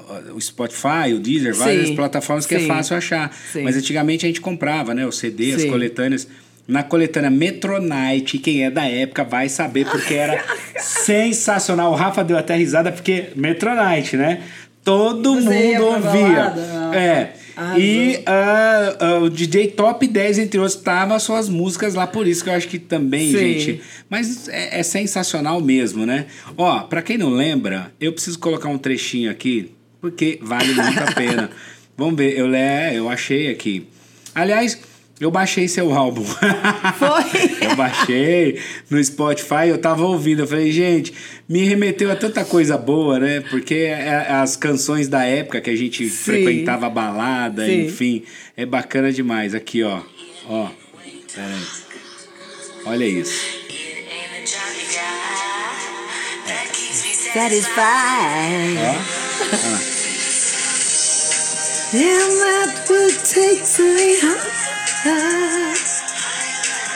[SPEAKER 1] a- o Spotify, o Deezer, várias
[SPEAKER 2] Sim.
[SPEAKER 1] plataformas que é
[SPEAKER 2] Sim.
[SPEAKER 1] fácil achar.
[SPEAKER 2] Sim.
[SPEAKER 1] Mas antigamente a gente comprava, né? O CD, as
[SPEAKER 2] Sim.
[SPEAKER 1] coletâneas. Na coletânea Metronite, quem é da época vai saber, porque
[SPEAKER 2] [laughs]
[SPEAKER 1] era sensacional. O Rafa deu até risada, porque Metronite, né? Todo
[SPEAKER 2] Você ia
[SPEAKER 1] mundo
[SPEAKER 2] pra
[SPEAKER 1] ouvia.
[SPEAKER 2] balada?
[SPEAKER 1] É.
[SPEAKER 2] Arrasou.
[SPEAKER 1] E ah, ah, o DJ Top 10, entre outros, tava suas músicas lá, por isso que eu acho que também,
[SPEAKER 2] Sim.
[SPEAKER 1] gente. Mas é, é sensacional mesmo, né? Ó, pra quem não lembra, eu preciso colocar um trechinho aqui, porque vale muito
[SPEAKER 2] [laughs]
[SPEAKER 1] a pena. Vamos ver, eu, le- eu achei aqui. Aliás, eu baixei seu álbum.
[SPEAKER 2] Foi?
[SPEAKER 1] [laughs] Eu baixei no Spotify, eu tava ouvindo. Eu falei, gente, me remeteu a tanta coisa boa, né? Porque é- as canções da época que a gente
[SPEAKER 2] Sim.
[SPEAKER 1] frequentava a balada,
[SPEAKER 2] Sim.
[SPEAKER 1] enfim. É bacana demais. Aqui, ó. Ó. Pera aí. Olha isso.
[SPEAKER 2] Satisfied.
[SPEAKER 1] Ó.
[SPEAKER 2] And that would take me higher.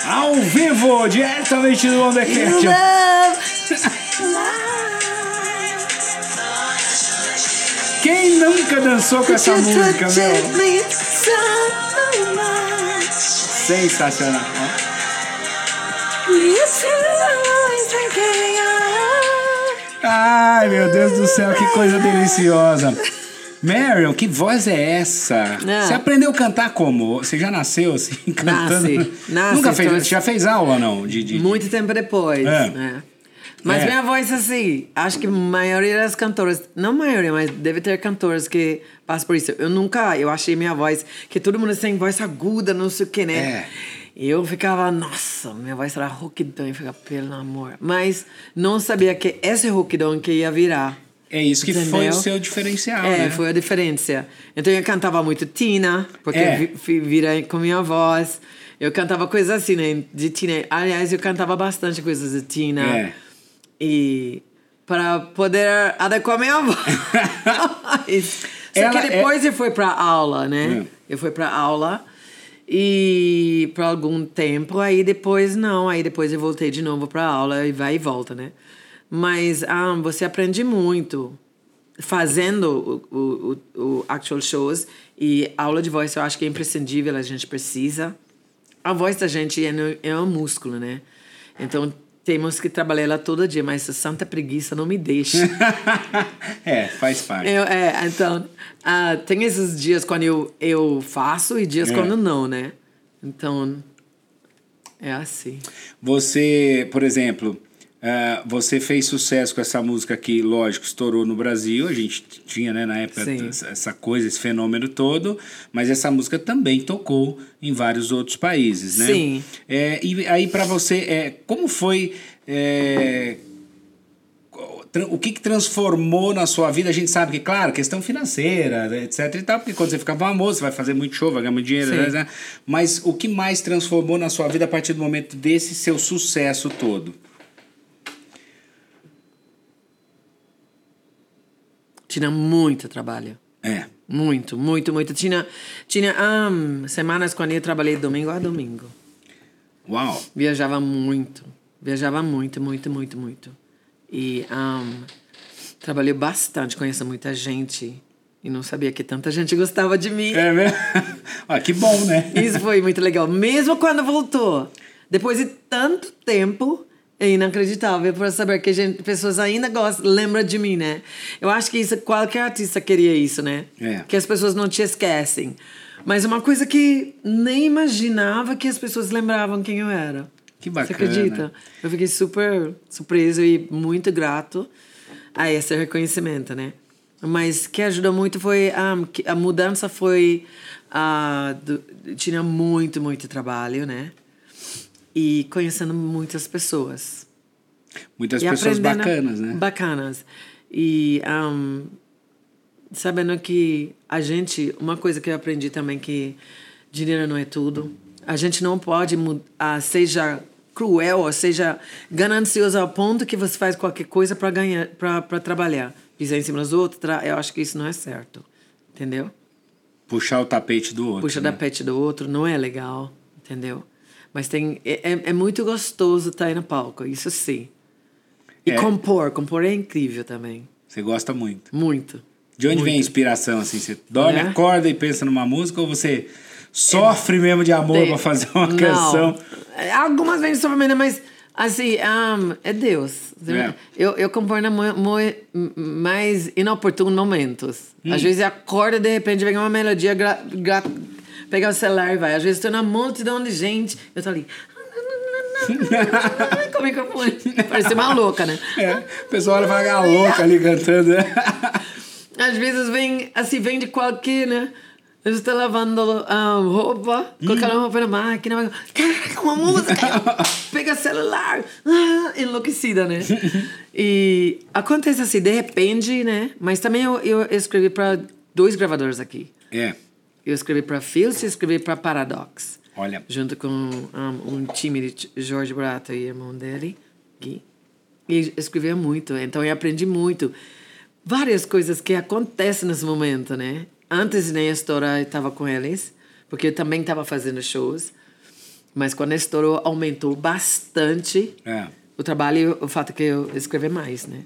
[SPEAKER 1] Ao vivo, diretamente do
[SPEAKER 2] You
[SPEAKER 1] Undercast.
[SPEAKER 2] love
[SPEAKER 1] Quem nunca dançou com essa música, meu?
[SPEAKER 2] me so much.
[SPEAKER 1] Sensacional. Ó.
[SPEAKER 2] You said I always been getting up.
[SPEAKER 1] Ai, meu Deus do céu, que coisa deliciosa. Marion, que voz é essa?
[SPEAKER 2] Não.
[SPEAKER 1] Você aprendeu a cantar como? Você já nasceu assim, [laughs] cantando?
[SPEAKER 2] nasce,
[SPEAKER 1] Nunca fez,
[SPEAKER 2] então-
[SPEAKER 1] já fez aula não? De, de-
[SPEAKER 2] Muito tempo depois,
[SPEAKER 1] É.
[SPEAKER 2] né? Mas
[SPEAKER 1] É.
[SPEAKER 2] minha voz, assim, acho que a maioria das cantoras, não a maioria, mas deve ter cantoras que passam por isso. Eu nunca, eu achei minha voz, que todo mundo tem voz aguda, não sei o que, né?
[SPEAKER 1] É.
[SPEAKER 2] E eu ficava, nossa, minha voz era rouquidão, e ficava, pelo amor. Mas não sabia que esse rouquidão que ia virar.
[SPEAKER 1] É isso que foi
[SPEAKER 2] Entendeu?
[SPEAKER 1] o seu diferencial,
[SPEAKER 2] É,
[SPEAKER 1] né?
[SPEAKER 2] foi a diferença. Então eu cantava muito Tina, porque
[SPEAKER 1] É.
[SPEAKER 2] vi- fi- vira com minha voz. Eu cantava coisas assim, né? De Tina. Aliás, eu cantava bastante coisas de Tina.
[SPEAKER 1] É.
[SPEAKER 2] E. para poder adequar
[SPEAKER 1] [laughs]
[SPEAKER 2] minha voz. Só
[SPEAKER 1] Ela
[SPEAKER 2] que
[SPEAKER 1] é-
[SPEAKER 2] depois eu fui pra aula, né?
[SPEAKER 1] Hum.
[SPEAKER 2] Eu fui pra aula. E por algum tempo, aí depois não, aí depois eu voltei de novo pra aula e vai e volta, né? Mas ah, você aprende muito fazendo o, o, o, o actual shows e aula de voz eu acho que é imprescindível, a gente precisa. A voz da gente é, no- é um músculo, né? Então temos que trabalhar ela todo dia, mas essa santa preguiça não me deixa.
[SPEAKER 1] [laughs] é, faz parte.
[SPEAKER 2] Eu, é, então, ah, tem esses dias quando eu, eu faço e dias
[SPEAKER 1] É.
[SPEAKER 2] quando não, né? Então, é assim.
[SPEAKER 1] Você, por exemplo, ah, você fez sucesso com essa música que, lógico, estourou no Brasil. A gente t- tinha, né, na época,
[SPEAKER 2] Sim.
[SPEAKER 1] essa- essa coisa, esse fenômeno todo. Mas essa música também tocou em vários outros países, né?
[SPEAKER 2] Sim.
[SPEAKER 1] É, e aí, pra você, é, como foi... é, tra- o que, que transformou na sua vida? A gente sabe que, claro, questão financeira, né, etc e tal, porque quando você fica famoso, você vai fazer muito show, vai ganhar muito dinheiro,
[SPEAKER 2] Sim.
[SPEAKER 1] né? mas o que mais transformou na sua vida a partir do momento desse seu sucesso todo?
[SPEAKER 2] Tinha muito trabalho.
[SPEAKER 1] É.
[SPEAKER 2] Muito, muito, muito. Tinha, tinha ah, semanas quando eu trabalhei domingo a domingo.
[SPEAKER 1] Uau!
[SPEAKER 2] Viajava muito. Viajava muito, muito, muito, muito. E ahn, trabalhei bastante, conheço muita gente. E não sabia que tanta gente gostava de mim.
[SPEAKER 1] É mesmo? [laughs] ah, que bom, né?
[SPEAKER 2] Isso foi muito legal. Mesmo quando voltou. Depois de tanto tempo, é inacreditável para saber que gente, pessoas ainda gostam, lembram de mim, né? Eu acho que isso, qualquer artista queria isso, né?
[SPEAKER 1] É.
[SPEAKER 2] Que as pessoas não te esquecem. Mas uma coisa que nem imaginava que as pessoas lembravam quem eu era.
[SPEAKER 1] Que bacana.
[SPEAKER 2] Você acredita? Eu fiquei super surpreso e muito grato a esse reconhecimento, né? Mas que ajudou muito foi ah, que a mudança foi ah, do- tinha muito muito trabalho, né? E conhecendo muitas pessoas.
[SPEAKER 1] Muitas
[SPEAKER 2] e
[SPEAKER 1] pessoas
[SPEAKER 2] aprendendo-
[SPEAKER 1] bacanas, né?
[SPEAKER 2] Bacanas. E ah, sabendo que a gente, uma coisa que eu aprendi também que dinheiro não é tudo. A gente não pode mu- ah, seja cruel ou seja ganancioso ao ponto que você faz qualquer coisa para ganhar, para trabalhar, pisar em cima dos outros. tra- Eu acho que isso não é certo, entendeu?
[SPEAKER 1] Puxar o tapete do outro.
[SPEAKER 2] puxa
[SPEAKER 1] né?
[SPEAKER 2] da pet do outro, não é legal, entendeu? Mas tem é, é- é muito gostoso estar aí no palco, isso sim. E
[SPEAKER 1] É.
[SPEAKER 2] compor, compor é incrível também,
[SPEAKER 1] Você gosta muito.
[SPEAKER 2] muito.
[SPEAKER 1] De onde vem a inspiração, assim? Você dorme,
[SPEAKER 2] Né?
[SPEAKER 1] acorda e pensa numa música ou você sofre mesmo de amor pra fazer uma
[SPEAKER 2] Não. É,
[SPEAKER 1] canção?
[SPEAKER 2] Algumas vezes sobre Amanda, né, mas assim, ahn, é Deus.
[SPEAKER 1] É.
[SPEAKER 2] Eu, eu compor na mo- mo- mais inoportunos momentos.
[SPEAKER 1] Hum.
[SPEAKER 2] Às vezes acorda de repente, vem uma melodia, gra, gra- pega o celular e vai. Às vezes tô na multidão de gente, eu tô
[SPEAKER 1] [laughs]
[SPEAKER 2] ali. é Com o microfone. Parecia uma louca, né?
[SPEAKER 1] É, o pessoal olha e fala, "Ah, louca ali cantando, [laughs] né?
[SPEAKER 2] Às vezes vem, assim, vem de qualquer, né? Eu estou lavando ah, roupa, colocando a roupa na máquina, mas, caraca, uma música! Eu Pega celular, ah, enlouquecida, né? E acontece assim, de repente, né? Mas também eu, eu escrevi para dois gravadores aqui.
[SPEAKER 1] É,
[SPEAKER 2] Eu escrevi para Filce e escrevi para Paradox.
[SPEAKER 1] olha.
[SPEAKER 2] Junto com um, um time de Jorge Brato e irmão dele, Gui. E escrevia muito, então eu aprendi muito. Várias coisas que acontecem nesse momento, né? Antes nem estourar, eu estava com eles, porque eu também estava fazendo shows. Mas quando estourou, aumentou bastante
[SPEAKER 1] É.
[SPEAKER 2] o trabalho e o fato que eu escrevi mais, né?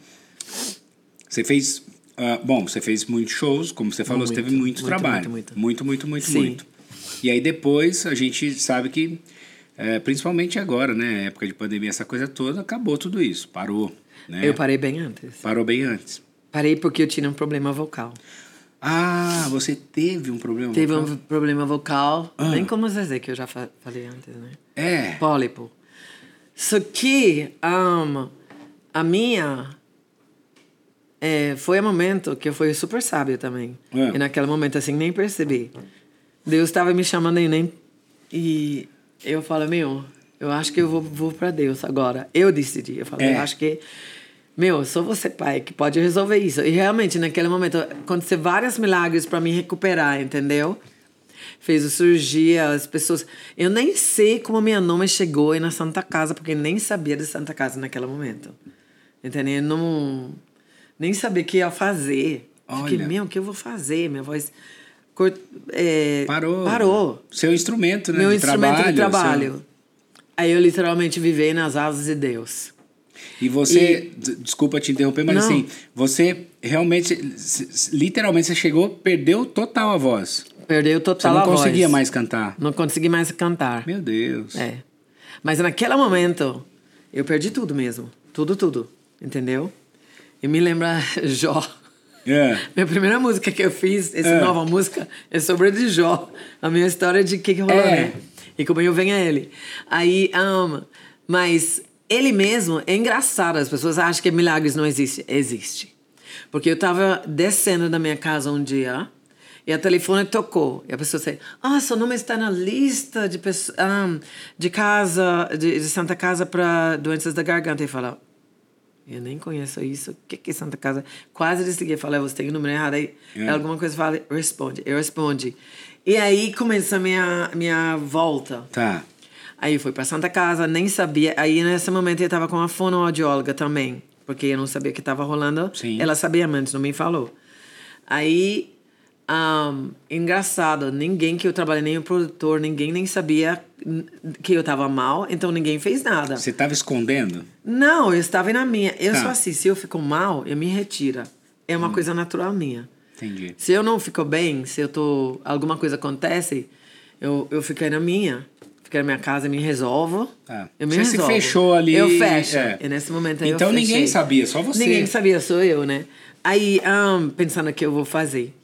[SPEAKER 1] Você fez. ah, bom, você fez muitos shows, como você falou, você
[SPEAKER 2] Muito,
[SPEAKER 1] teve muito,
[SPEAKER 2] muito,
[SPEAKER 1] trabalho.
[SPEAKER 2] muito,
[SPEAKER 1] Muito, muito, muito, muito.
[SPEAKER 2] Sim.
[SPEAKER 1] E aí depois a gente sabe que, eh, principalmente agora, né? Época de pandemia, essa coisa toda, acabou tudo isso. Parou. Né?
[SPEAKER 2] Eu parei bem antes.
[SPEAKER 1] Parou bem antes.
[SPEAKER 2] Parei porque eu tinha um problema vocal.
[SPEAKER 1] Ah, você teve um problema.
[SPEAKER 2] Teve
[SPEAKER 1] vocal?
[SPEAKER 2] um problema vocal,
[SPEAKER 1] Ah.
[SPEAKER 2] nem como dizer que eu já fa- falei antes, né?
[SPEAKER 1] É.
[SPEAKER 2] Pólipo. Só que ahn, a minha é, foi um momento que eu fui super sábio também.
[SPEAKER 1] É.
[SPEAKER 2] E naquele momento, assim, nem percebi. Deus estava me chamando e nem... E eu falo, meu, eu acho que eu vou, vou para Deus agora. Eu decidi. Eu falei,
[SPEAKER 1] É.
[SPEAKER 2] eu acho que... Meu, sou você, pai, que pode resolver isso. E realmente, naquele momento, aconteceu vários milagres para me recuperar, entendeu? Fez o surgir, as pessoas. Eu nem sei como minha nome chegou aí na Santa Casa, porque nem sabia de Santa Casa naquele momento. Entendeu? Eu Não, nem sabia o que ia fazer. Fiquei,
[SPEAKER 1] Olha.
[SPEAKER 2] meu, o que eu vou fazer? Minha voz. cort- é,
[SPEAKER 1] Parou.
[SPEAKER 2] Parou
[SPEAKER 1] Seu instrumento, né?
[SPEAKER 2] meu
[SPEAKER 1] de
[SPEAKER 2] instrumento
[SPEAKER 1] trabalho, assim.
[SPEAKER 2] de trabalho. Aí eu literalmente vivei nas asas de Deus.
[SPEAKER 1] seu- E você, d- desculpa te interromper, mas
[SPEAKER 2] Não.
[SPEAKER 1] assim, você realmente, s- s- literalmente, você chegou, perdeu total a voz.
[SPEAKER 2] Perdei o
[SPEAKER 1] Você
[SPEAKER 2] total a
[SPEAKER 1] não conseguia
[SPEAKER 2] voz.
[SPEAKER 1] mais cantar.
[SPEAKER 2] Não consegui mais cantar.
[SPEAKER 1] Meu Deus.
[SPEAKER 2] É. Mas naquele momento, eu perdi tudo mesmo. Tudo, tudo. Entendeu? E me lembra [laughs] Jó.
[SPEAKER 1] É.
[SPEAKER 2] [laughs] Minha primeira música que eu fiz, essa
[SPEAKER 1] É.
[SPEAKER 2] nova música, é sobre de Jó. A minha história de o que, que rolou,
[SPEAKER 1] É.
[SPEAKER 2] né? E como eu venho a ele. Aí, ama. Mas ele mesmo, é engraçado, as pessoas acham que milagres não existe. Existe. Porque eu tava descendo da minha casa um dia e a telefone tocou. E a pessoa disse, ah, seu nome está na lista de, pesso- ahn, de casa, de, de Santa Casa para doenças da garganta. E fala, eu nem conheço isso. O que, que é Santa Casa? Quase desliguei. Falei, "Ah, você tem o número errado aí.
[SPEAKER 1] É.
[SPEAKER 2] Alguma coisa fala, responde. Eu respondi. E aí começa a minha, minha volta.
[SPEAKER 1] Tá.
[SPEAKER 2] Aí eu fui pra Santa Casa, nem sabia. Aí nesse momento eu tava com a fonoaudióloga também, porque eu não sabia o que tava rolando.
[SPEAKER 1] Sim.
[SPEAKER 2] Ela sabia, mas não me falou. Aí, ahn, engraçado, ninguém que eu trabalhei, nem o produtor, ninguém nem sabia hum, que eu tava mal, então ninguém fez nada.
[SPEAKER 1] Você tava escondendo?
[SPEAKER 2] Não, eu estava na minha. Eu
[SPEAKER 1] Tá. Hum.
[SPEAKER 2] sou assim, se eu fico mal, eu me retira. É uma coisa natural minha.
[SPEAKER 1] Entendi.
[SPEAKER 2] Se eu não fico bem, se eu tô. alguma coisa acontece, eu, eu fiquei na minha. Fiquei na minha casa e me resolvo.
[SPEAKER 1] Tá.
[SPEAKER 2] Eu me
[SPEAKER 1] Você se
[SPEAKER 2] resolvo.
[SPEAKER 1] fechou ali,
[SPEAKER 2] Eu fecho.
[SPEAKER 1] é.
[SPEAKER 2] E nesse momento aí
[SPEAKER 1] Então
[SPEAKER 2] eu
[SPEAKER 1] ninguém
[SPEAKER 2] fechei.
[SPEAKER 1] sabia, só você.
[SPEAKER 2] Ninguém sabia, sou eu, né? Aí, ahn, pensando o que eu vou fazer.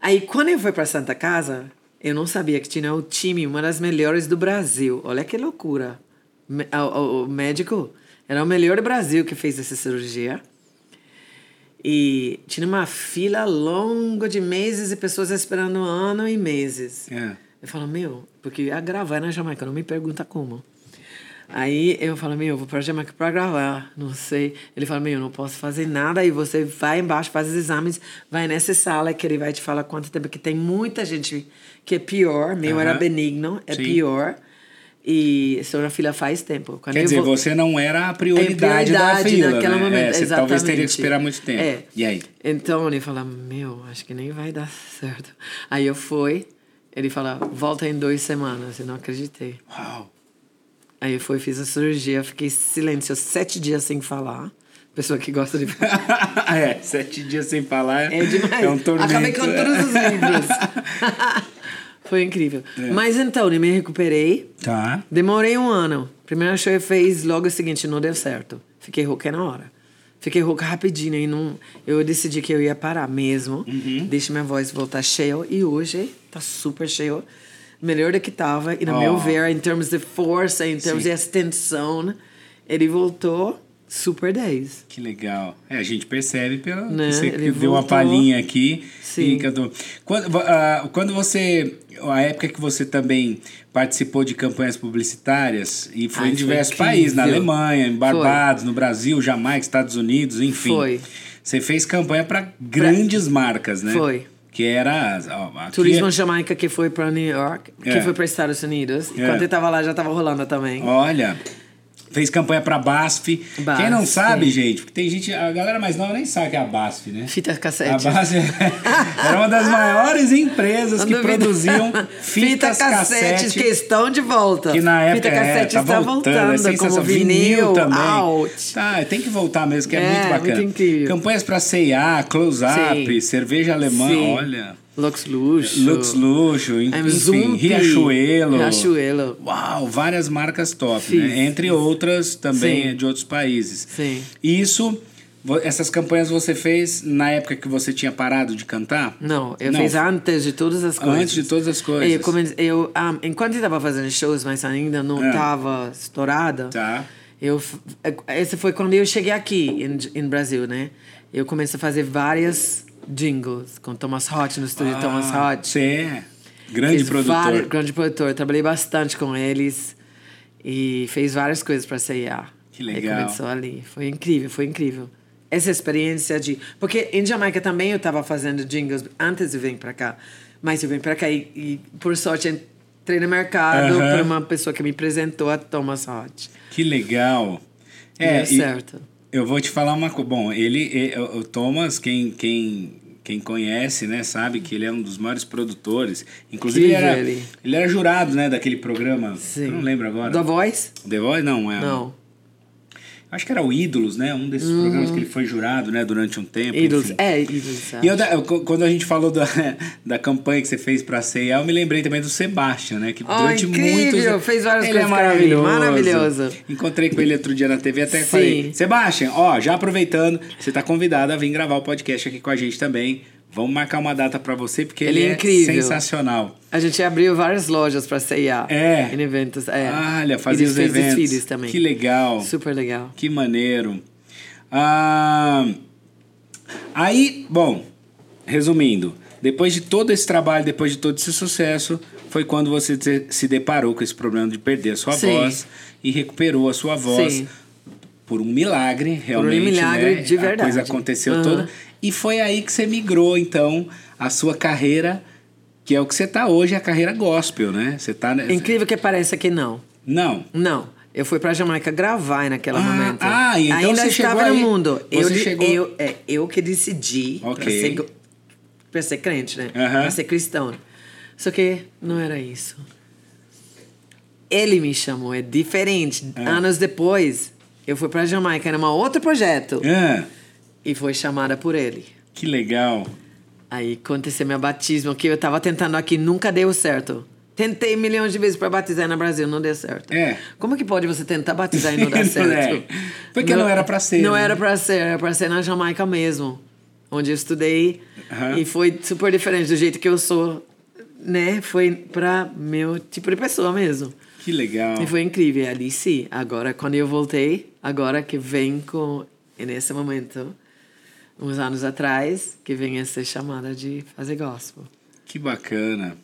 [SPEAKER 2] Aí, quando eu fui pra Santa Casa, eu não sabia que tinha o time, uma das melhores do Brasil. Olha que loucura. Me- o- O, o médico era o melhor do Brasil que fez essa cirurgia. E tinha uma fila longa de meses e pessoas esperando um ano e meses.
[SPEAKER 1] É.
[SPEAKER 2] Eu falo, meu, porque eu ia gravar na Jamaica, não me pergunta como. Aí eu falo, meu, eu vou pra Jamaica pra gravar, não sei. Ele fala, meu, eu não posso fazer nada. Aí você vai embaixo, faz os exames, vai nessa sala que ele vai te falar quanto tempo, que tem muita gente que é pior. Meu
[SPEAKER 1] Aham.
[SPEAKER 2] era benigno, é
[SPEAKER 1] Sim.
[SPEAKER 2] pior. E estou na fila faz tempo. Quando
[SPEAKER 1] Quer
[SPEAKER 2] eu
[SPEAKER 1] dizer,
[SPEAKER 2] vou-
[SPEAKER 1] você não era a
[SPEAKER 2] em
[SPEAKER 1] prioridade, da
[SPEAKER 2] É prioridade
[SPEAKER 1] fila,
[SPEAKER 2] naquele
[SPEAKER 1] né?
[SPEAKER 2] momento.
[SPEAKER 1] É, você talvez
[SPEAKER 2] exatamente.
[SPEAKER 1] teria que esperar muito tempo.
[SPEAKER 2] É.
[SPEAKER 1] E aí?
[SPEAKER 2] Então ele fala, meu, acho que nem vai dar [laughs] certo. Aí eu fui, ele fala, volta em duas semanas. Eu não acreditei.
[SPEAKER 1] Uau. [laughs]
[SPEAKER 2] Aí eu fui, fiz a cirurgia, fiquei silêncio sete dias sem falar. pessoa que gosta de.
[SPEAKER 1] [laughs] é, sete dias sem falar
[SPEAKER 2] É demais.
[SPEAKER 1] um tormento.
[SPEAKER 2] Acabei com todos
[SPEAKER 1] [laughs]
[SPEAKER 2] os livros. Foi incrível.
[SPEAKER 1] É.
[SPEAKER 2] Mas então, eu me recuperei.
[SPEAKER 1] Tá.
[SPEAKER 2] Demorei um ano. Primeiro show eu fez logo o seguinte, não deu certo. Fiquei rouca na hora. Fiquei rouca rapidinho e não. Eu decidi que eu ia parar mesmo.
[SPEAKER 1] Uhum.
[SPEAKER 2] Deixa minha voz voltar cheia. E hoje tá super cheio. Melhor do que tava. E no
[SPEAKER 1] Ó.
[SPEAKER 2] meu ver, em termos de força, em termos
[SPEAKER 1] Sim.
[SPEAKER 2] de extensão, ele voltou super 10.
[SPEAKER 1] Que legal. É, a gente percebe pela.
[SPEAKER 2] Né,
[SPEAKER 1] Você que
[SPEAKER 2] ele
[SPEAKER 1] deu uma
[SPEAKER 2] voltou.
[SPEAKER 1] palhinha aqui.
[SPEAKER 2] Sim.
[SPEAKER 1] e cantou. Quando, ah, quando você. A época que você também participou de campanhas publicitárias e foi
[SPEAKER 2] Ai,
[SPEAKER 1] em
[SPEAKER 2] foi
[SPEAKER 1] diversos
[SPEAKER 2] incrível.
[SPEAKER 1] países, na Alemanha, em Barbados, no Brasil, Jamaica, Estados Unidos, enfim.
[SPEAKER 2] Foi.
[SPEAKER 1] Você fez campanha para grandes marcas, né?
[SPEAKER 2] Foi.
[SPEAKER 1] Que era. as- ó, aqui
[SPEAKER 2] Turismo
[SPEAKER 1] é-
[SPEAKER 2] Jamaica que foi para New York, que
[SPEAKER 1] É.
[SPEAKER 2] foi para Estados Unidos. E
[SPEAKER 1] É.
[SPEAKER 2] quando eu tava lá já tava rolando também.
[SPEAKER 1] Olha, fez campanha pra BASF.
[SPEAKER 2] BASF,
[SPEAKER 1] Quem não sabe,
[SPEAKER 2] sim.
[SPEAKER 1] gente, porque tem gente, a galera mais nova nem sabe o que é a BASF, né?
[SPEAKER 2] Fita
[SPEAKER 1] A
[SPEAKER 2] cassete.
[SPEAKER 1] BASF era
[SPEAKER 2] [laughs]
[SPEAKER 1] uma das maiores empresas
[SPEAKER 2] Não
[SPEAKER 1] que
[SPEAKER 2] duvido.
[SPEAKER 1] produziam
[SPEAKER 2] [laughs] Fita
[SPEAKER 1] fitas
[SPEAKER 2] cassetes
[SPEAKER 1] cassete.
[SPEAKER 2] que estão de volta.
[SPEAKER 1] Que na época
[SPEAKER 2] Fita cassete
[SPEAKER 1] é, tá
[SPEAKER 2] está
[SPEAKER 1] voltando, é
[SPEAKER 2] voltando, como
[SPEAKER 1] sensacional.
[SPEAKER 2] vinil,
[SPEAKER 1] também.
[SPEAKER 2] out.
[SPEAKER 1] Tá, tem que voltar mesmo, que é,
[SPEAKER 2] É,
[SPEAKER 1] muito bacana.
[SPEAKER 2] muito incrível.
[SPEAKER 1] Campanhas pra C&A, Close Up,
[SPEAKER 2] Sim.
[SPEAKER 1] cerveja alemã,
[SPEAKER 2] Sim.
[SPEAKER 1] olha.
[SPEAKER 2] Lux Luxo.
[SPEAKER 1] Lux Luxo, en-
[SPEAKER 2] É,
[SPEAKER 1] enfim,
[SPEAKER 2] Zumpi,
[SPEAKER 1] Riachuelo.
[SPEAKER 2] Riachuelo.
[SPEAKER 1] Uau, várias marcas top,
[SPEAKER 2] Fiz.
[SPEAKER 1] né? Entre outras também é
[SPEAKER 2] Sim.
[SPEAKER 1] de outros países.
[SPEAKER 2] Sim.
[SPEAKER 1] Isso, vo- essas campanhas você fez na época que você tinha parado de cantar?
[SPEAKER 2] Não, eu fiz antes de todas as coisas.
[SPEAKER 1] Antes de todas as coisas.
[SPEAKER 2] Eu, come- eu, ah, enquanto eu estava fazendo shows, mas ainda não
[SPEAKER 1] É.
[SPEAKER 2] estava estourada,
[SPEAKER 1] Tá.
[SPEAKER 2] eu, f- é, esse foi quando eu cheguei aqui, em, em Brasil, né? Eu comecei a fazer várias jingles com Thomas Hot, no estúdio
[SPEAKER 1] Ah.
[SPEAKER 2] Thomas Hot.
[SPEAKER 1] Você é grande
[SPEAKER 2] Então, Fiz
[SPEAKER 1] produtor.
[SPEAKER 2] vários- grande produtor. Trabalhei bastante com eles e fez várias coisas para CIA.
[SPEAKER 1] Que legal.
[SPEAKER 2] Aí começou ali. Foi incrível, foi incrível. Essa experiência de. Porque em Jamaica também eu estava fazendo jingles antes de vir para cá. Mas eu vim para cá e, e, por sorte, entrei no mercado
[SPEAKER 1] Aham.
[SPEAKER 2] por uma pessoa que me apresentou, a Thomas Hodge.
[SPEAKER 1] Que legal.
[SPEAKER 2] É,
[SPEAKER 1] É,
[SPEAKER 2] Deu
[SPEAKER 1] e-
[SPEAKER 2] certo.
[SPEAKER 1] Eu vou te falar uma coisa. Bom, ele, e- o o Thomas, quem, quem, quem conhece, né, sabe que ele é um dos maiores produtores. Inclusive, ele
[SPEAKER 2] Incrível
[SPEAKER 1] era,
[SPEAKER 2] ele.
[SPEAKER 1] ele era jurado, né, daquele programa.
[SPEAKER 2] Sim.
[SPEAKER 1] Eu não lembro agora.
[SPEAKER 2] Da Voice?
[SPEAKER 1] The Voice? Não, é.
[SPEAKER 2] Não.
[SPEAKER 1] Acho que era o Ídolos, né? Um desses programas que ele foi jurado, né, durante um tempo.
[SPEAKER 2] Idols.
[SPEAKER 1] enfim.
[SPEAKER 2] Uhum. É, Idols. é.
[SPEAKER 1] E eu da- eu- quando a gente falou da, [laughs] da campanha que você fez pra C&A, eu me lembrei também do Sebastian, né? Que
[SPEAKER 2] Ah,
[SPEAKER 1] durante
[SPEAKER 2] incrível,
[SPEAKER 1] muitos anos-
[SPEAKER 2] fez várias
[SPEAKER 1] ele
[SPEAKER 2] coisas
[SPEAKER 1] é
[SPEAKER 2] com ele,
[SPEAKER 1] maravilhoso.
[SPEAKER 2] maravilhoso.
[SPEAKER 1] Encontrei com ele outro dia na TV até
[SPEAKER 2] Sim.
[SPEAKER 1] falei, Sebastian, ó, já aproveitando, você tá convidado a vir gravar o podcast aqui com a gente também. Vamos marcar uma data pra você, porque ele,
[SPEAKER 2] Ele é incrível.
[SPEAKER 1] sensacional.
[SPEAKER 2] A gente abriu várias lojas para CIA.
[SPEAKER 1] É.
[SPEAKER 2] Em eventos. É.
[SPEAKER 1] Olha, fazia
[SPEAKER 2] E
[SPEAKER 1] os
[SPEAKER 2] fez
[SPEAKER 1] eventos.
[SPEAKER 2] desfiles também.
[SPEAKER 1] Que legal.
[SPEAKER 2] Super legal.
[SPEAKER 1] Que maneiro. Ah, aí, bom, resumindo, depois de todo esse trabalho, depois de todo esse sucesso, foi quando você te- se deparou com esse problema de perder a sua
[SPEAKER 2] Sim.
[SPEAKER 1] voz e recuperou a sua voz
[SPEAKER 2] Sim.
[SPEAKER 1] por um milagre, realmente.
[SPEAKER 2] milagre
[SPEAKER 1] né?
[SPEAKER 2] de
[SPEAKER 1] A
[SPEAKER 2] verdade.
[SPEAKER 1] coisa aconteceu
[SPEAKER 2] Aham.
[SPEAKER 1] toda. E foi aí que você migrou, então, a sua carreira, que é o que você tá hoje, a carreira gospel, né? Você tá. né?
[SPEAKER 2] É Incrível que pareça que não.
[SPEAKER 1] Não.
[SPEAKER 2] Não. Eu fui pra Jamaica gravar naquele
[SPEAKER 1] Ah,
[SPEAKER 2] momento.
[SPEAKER 1] ah, então
[SPEAKER 2] Ainda
[SPEAKER 1] você
[SPEAKER 2] estava
[SPEAKER 1] chegou
[SPEAKER 2] no
[SPEAKER 1] aí-
[SPEAKER 2] mundo. eu,
[SPEAKER 1] você
[SPEAKER 2] de-
[SPEAKER 1] chegou-
[SPEAKER 2] eu, é, eu que decidi
[SPEAKER 1] Ok.
[SPEAKER 2] pra, ser, go- pra ser crente, né?
[SPEAKER 1] Aham.
[SPEAKER 2] Pra ser cristão. Só que não era isso. Ele me chamou, é diferente. Anos depois, eu fui pra Jamaica, era um outro projeto.
[SPEAKER 1] Ah,
[SPEAKER 2] E foi chamada por ele.
[SPEAKER 1] que legal.
[SPEAKER 2] Aí aconteceu meu batismo, que eu tava tentando aqui, nunca deu certo. Tentei milhões de vezes para batizar no Brasil, não deu certo.
[SPEAKER 1] É.
[SPEAKER 2] Como que pode você tentar batizar e não
[SPEAKER 1] [laughs]
[SPEAKER 2] dar
[SPEAKER 1] Não
[SPEAKER 2] certo?
[SPEAKER 1] é. Porque não era pra ser,
[SPEAKER 2] Não
[SPEAKER 1] né?
[SPEAKER 2] era pra ser, era pra ser na Jamaica mesmo, onde eu estudei.
[SPEAKER 1] Aham.
[SPEAKER 2] E foi super diferente do jeito que eu sou, né? Foi pra meu tipo de pessoa mesmo.
[SPEAKER 1] Que legal.
[SPEAKER 2] E foi incrível. E Ali sim, agora quando eu voltei, agora que vem com, e nesse momento, uns anos atrás, que vem essa chamada de fazer gospel.
[SPEAKER 1] Que bacana.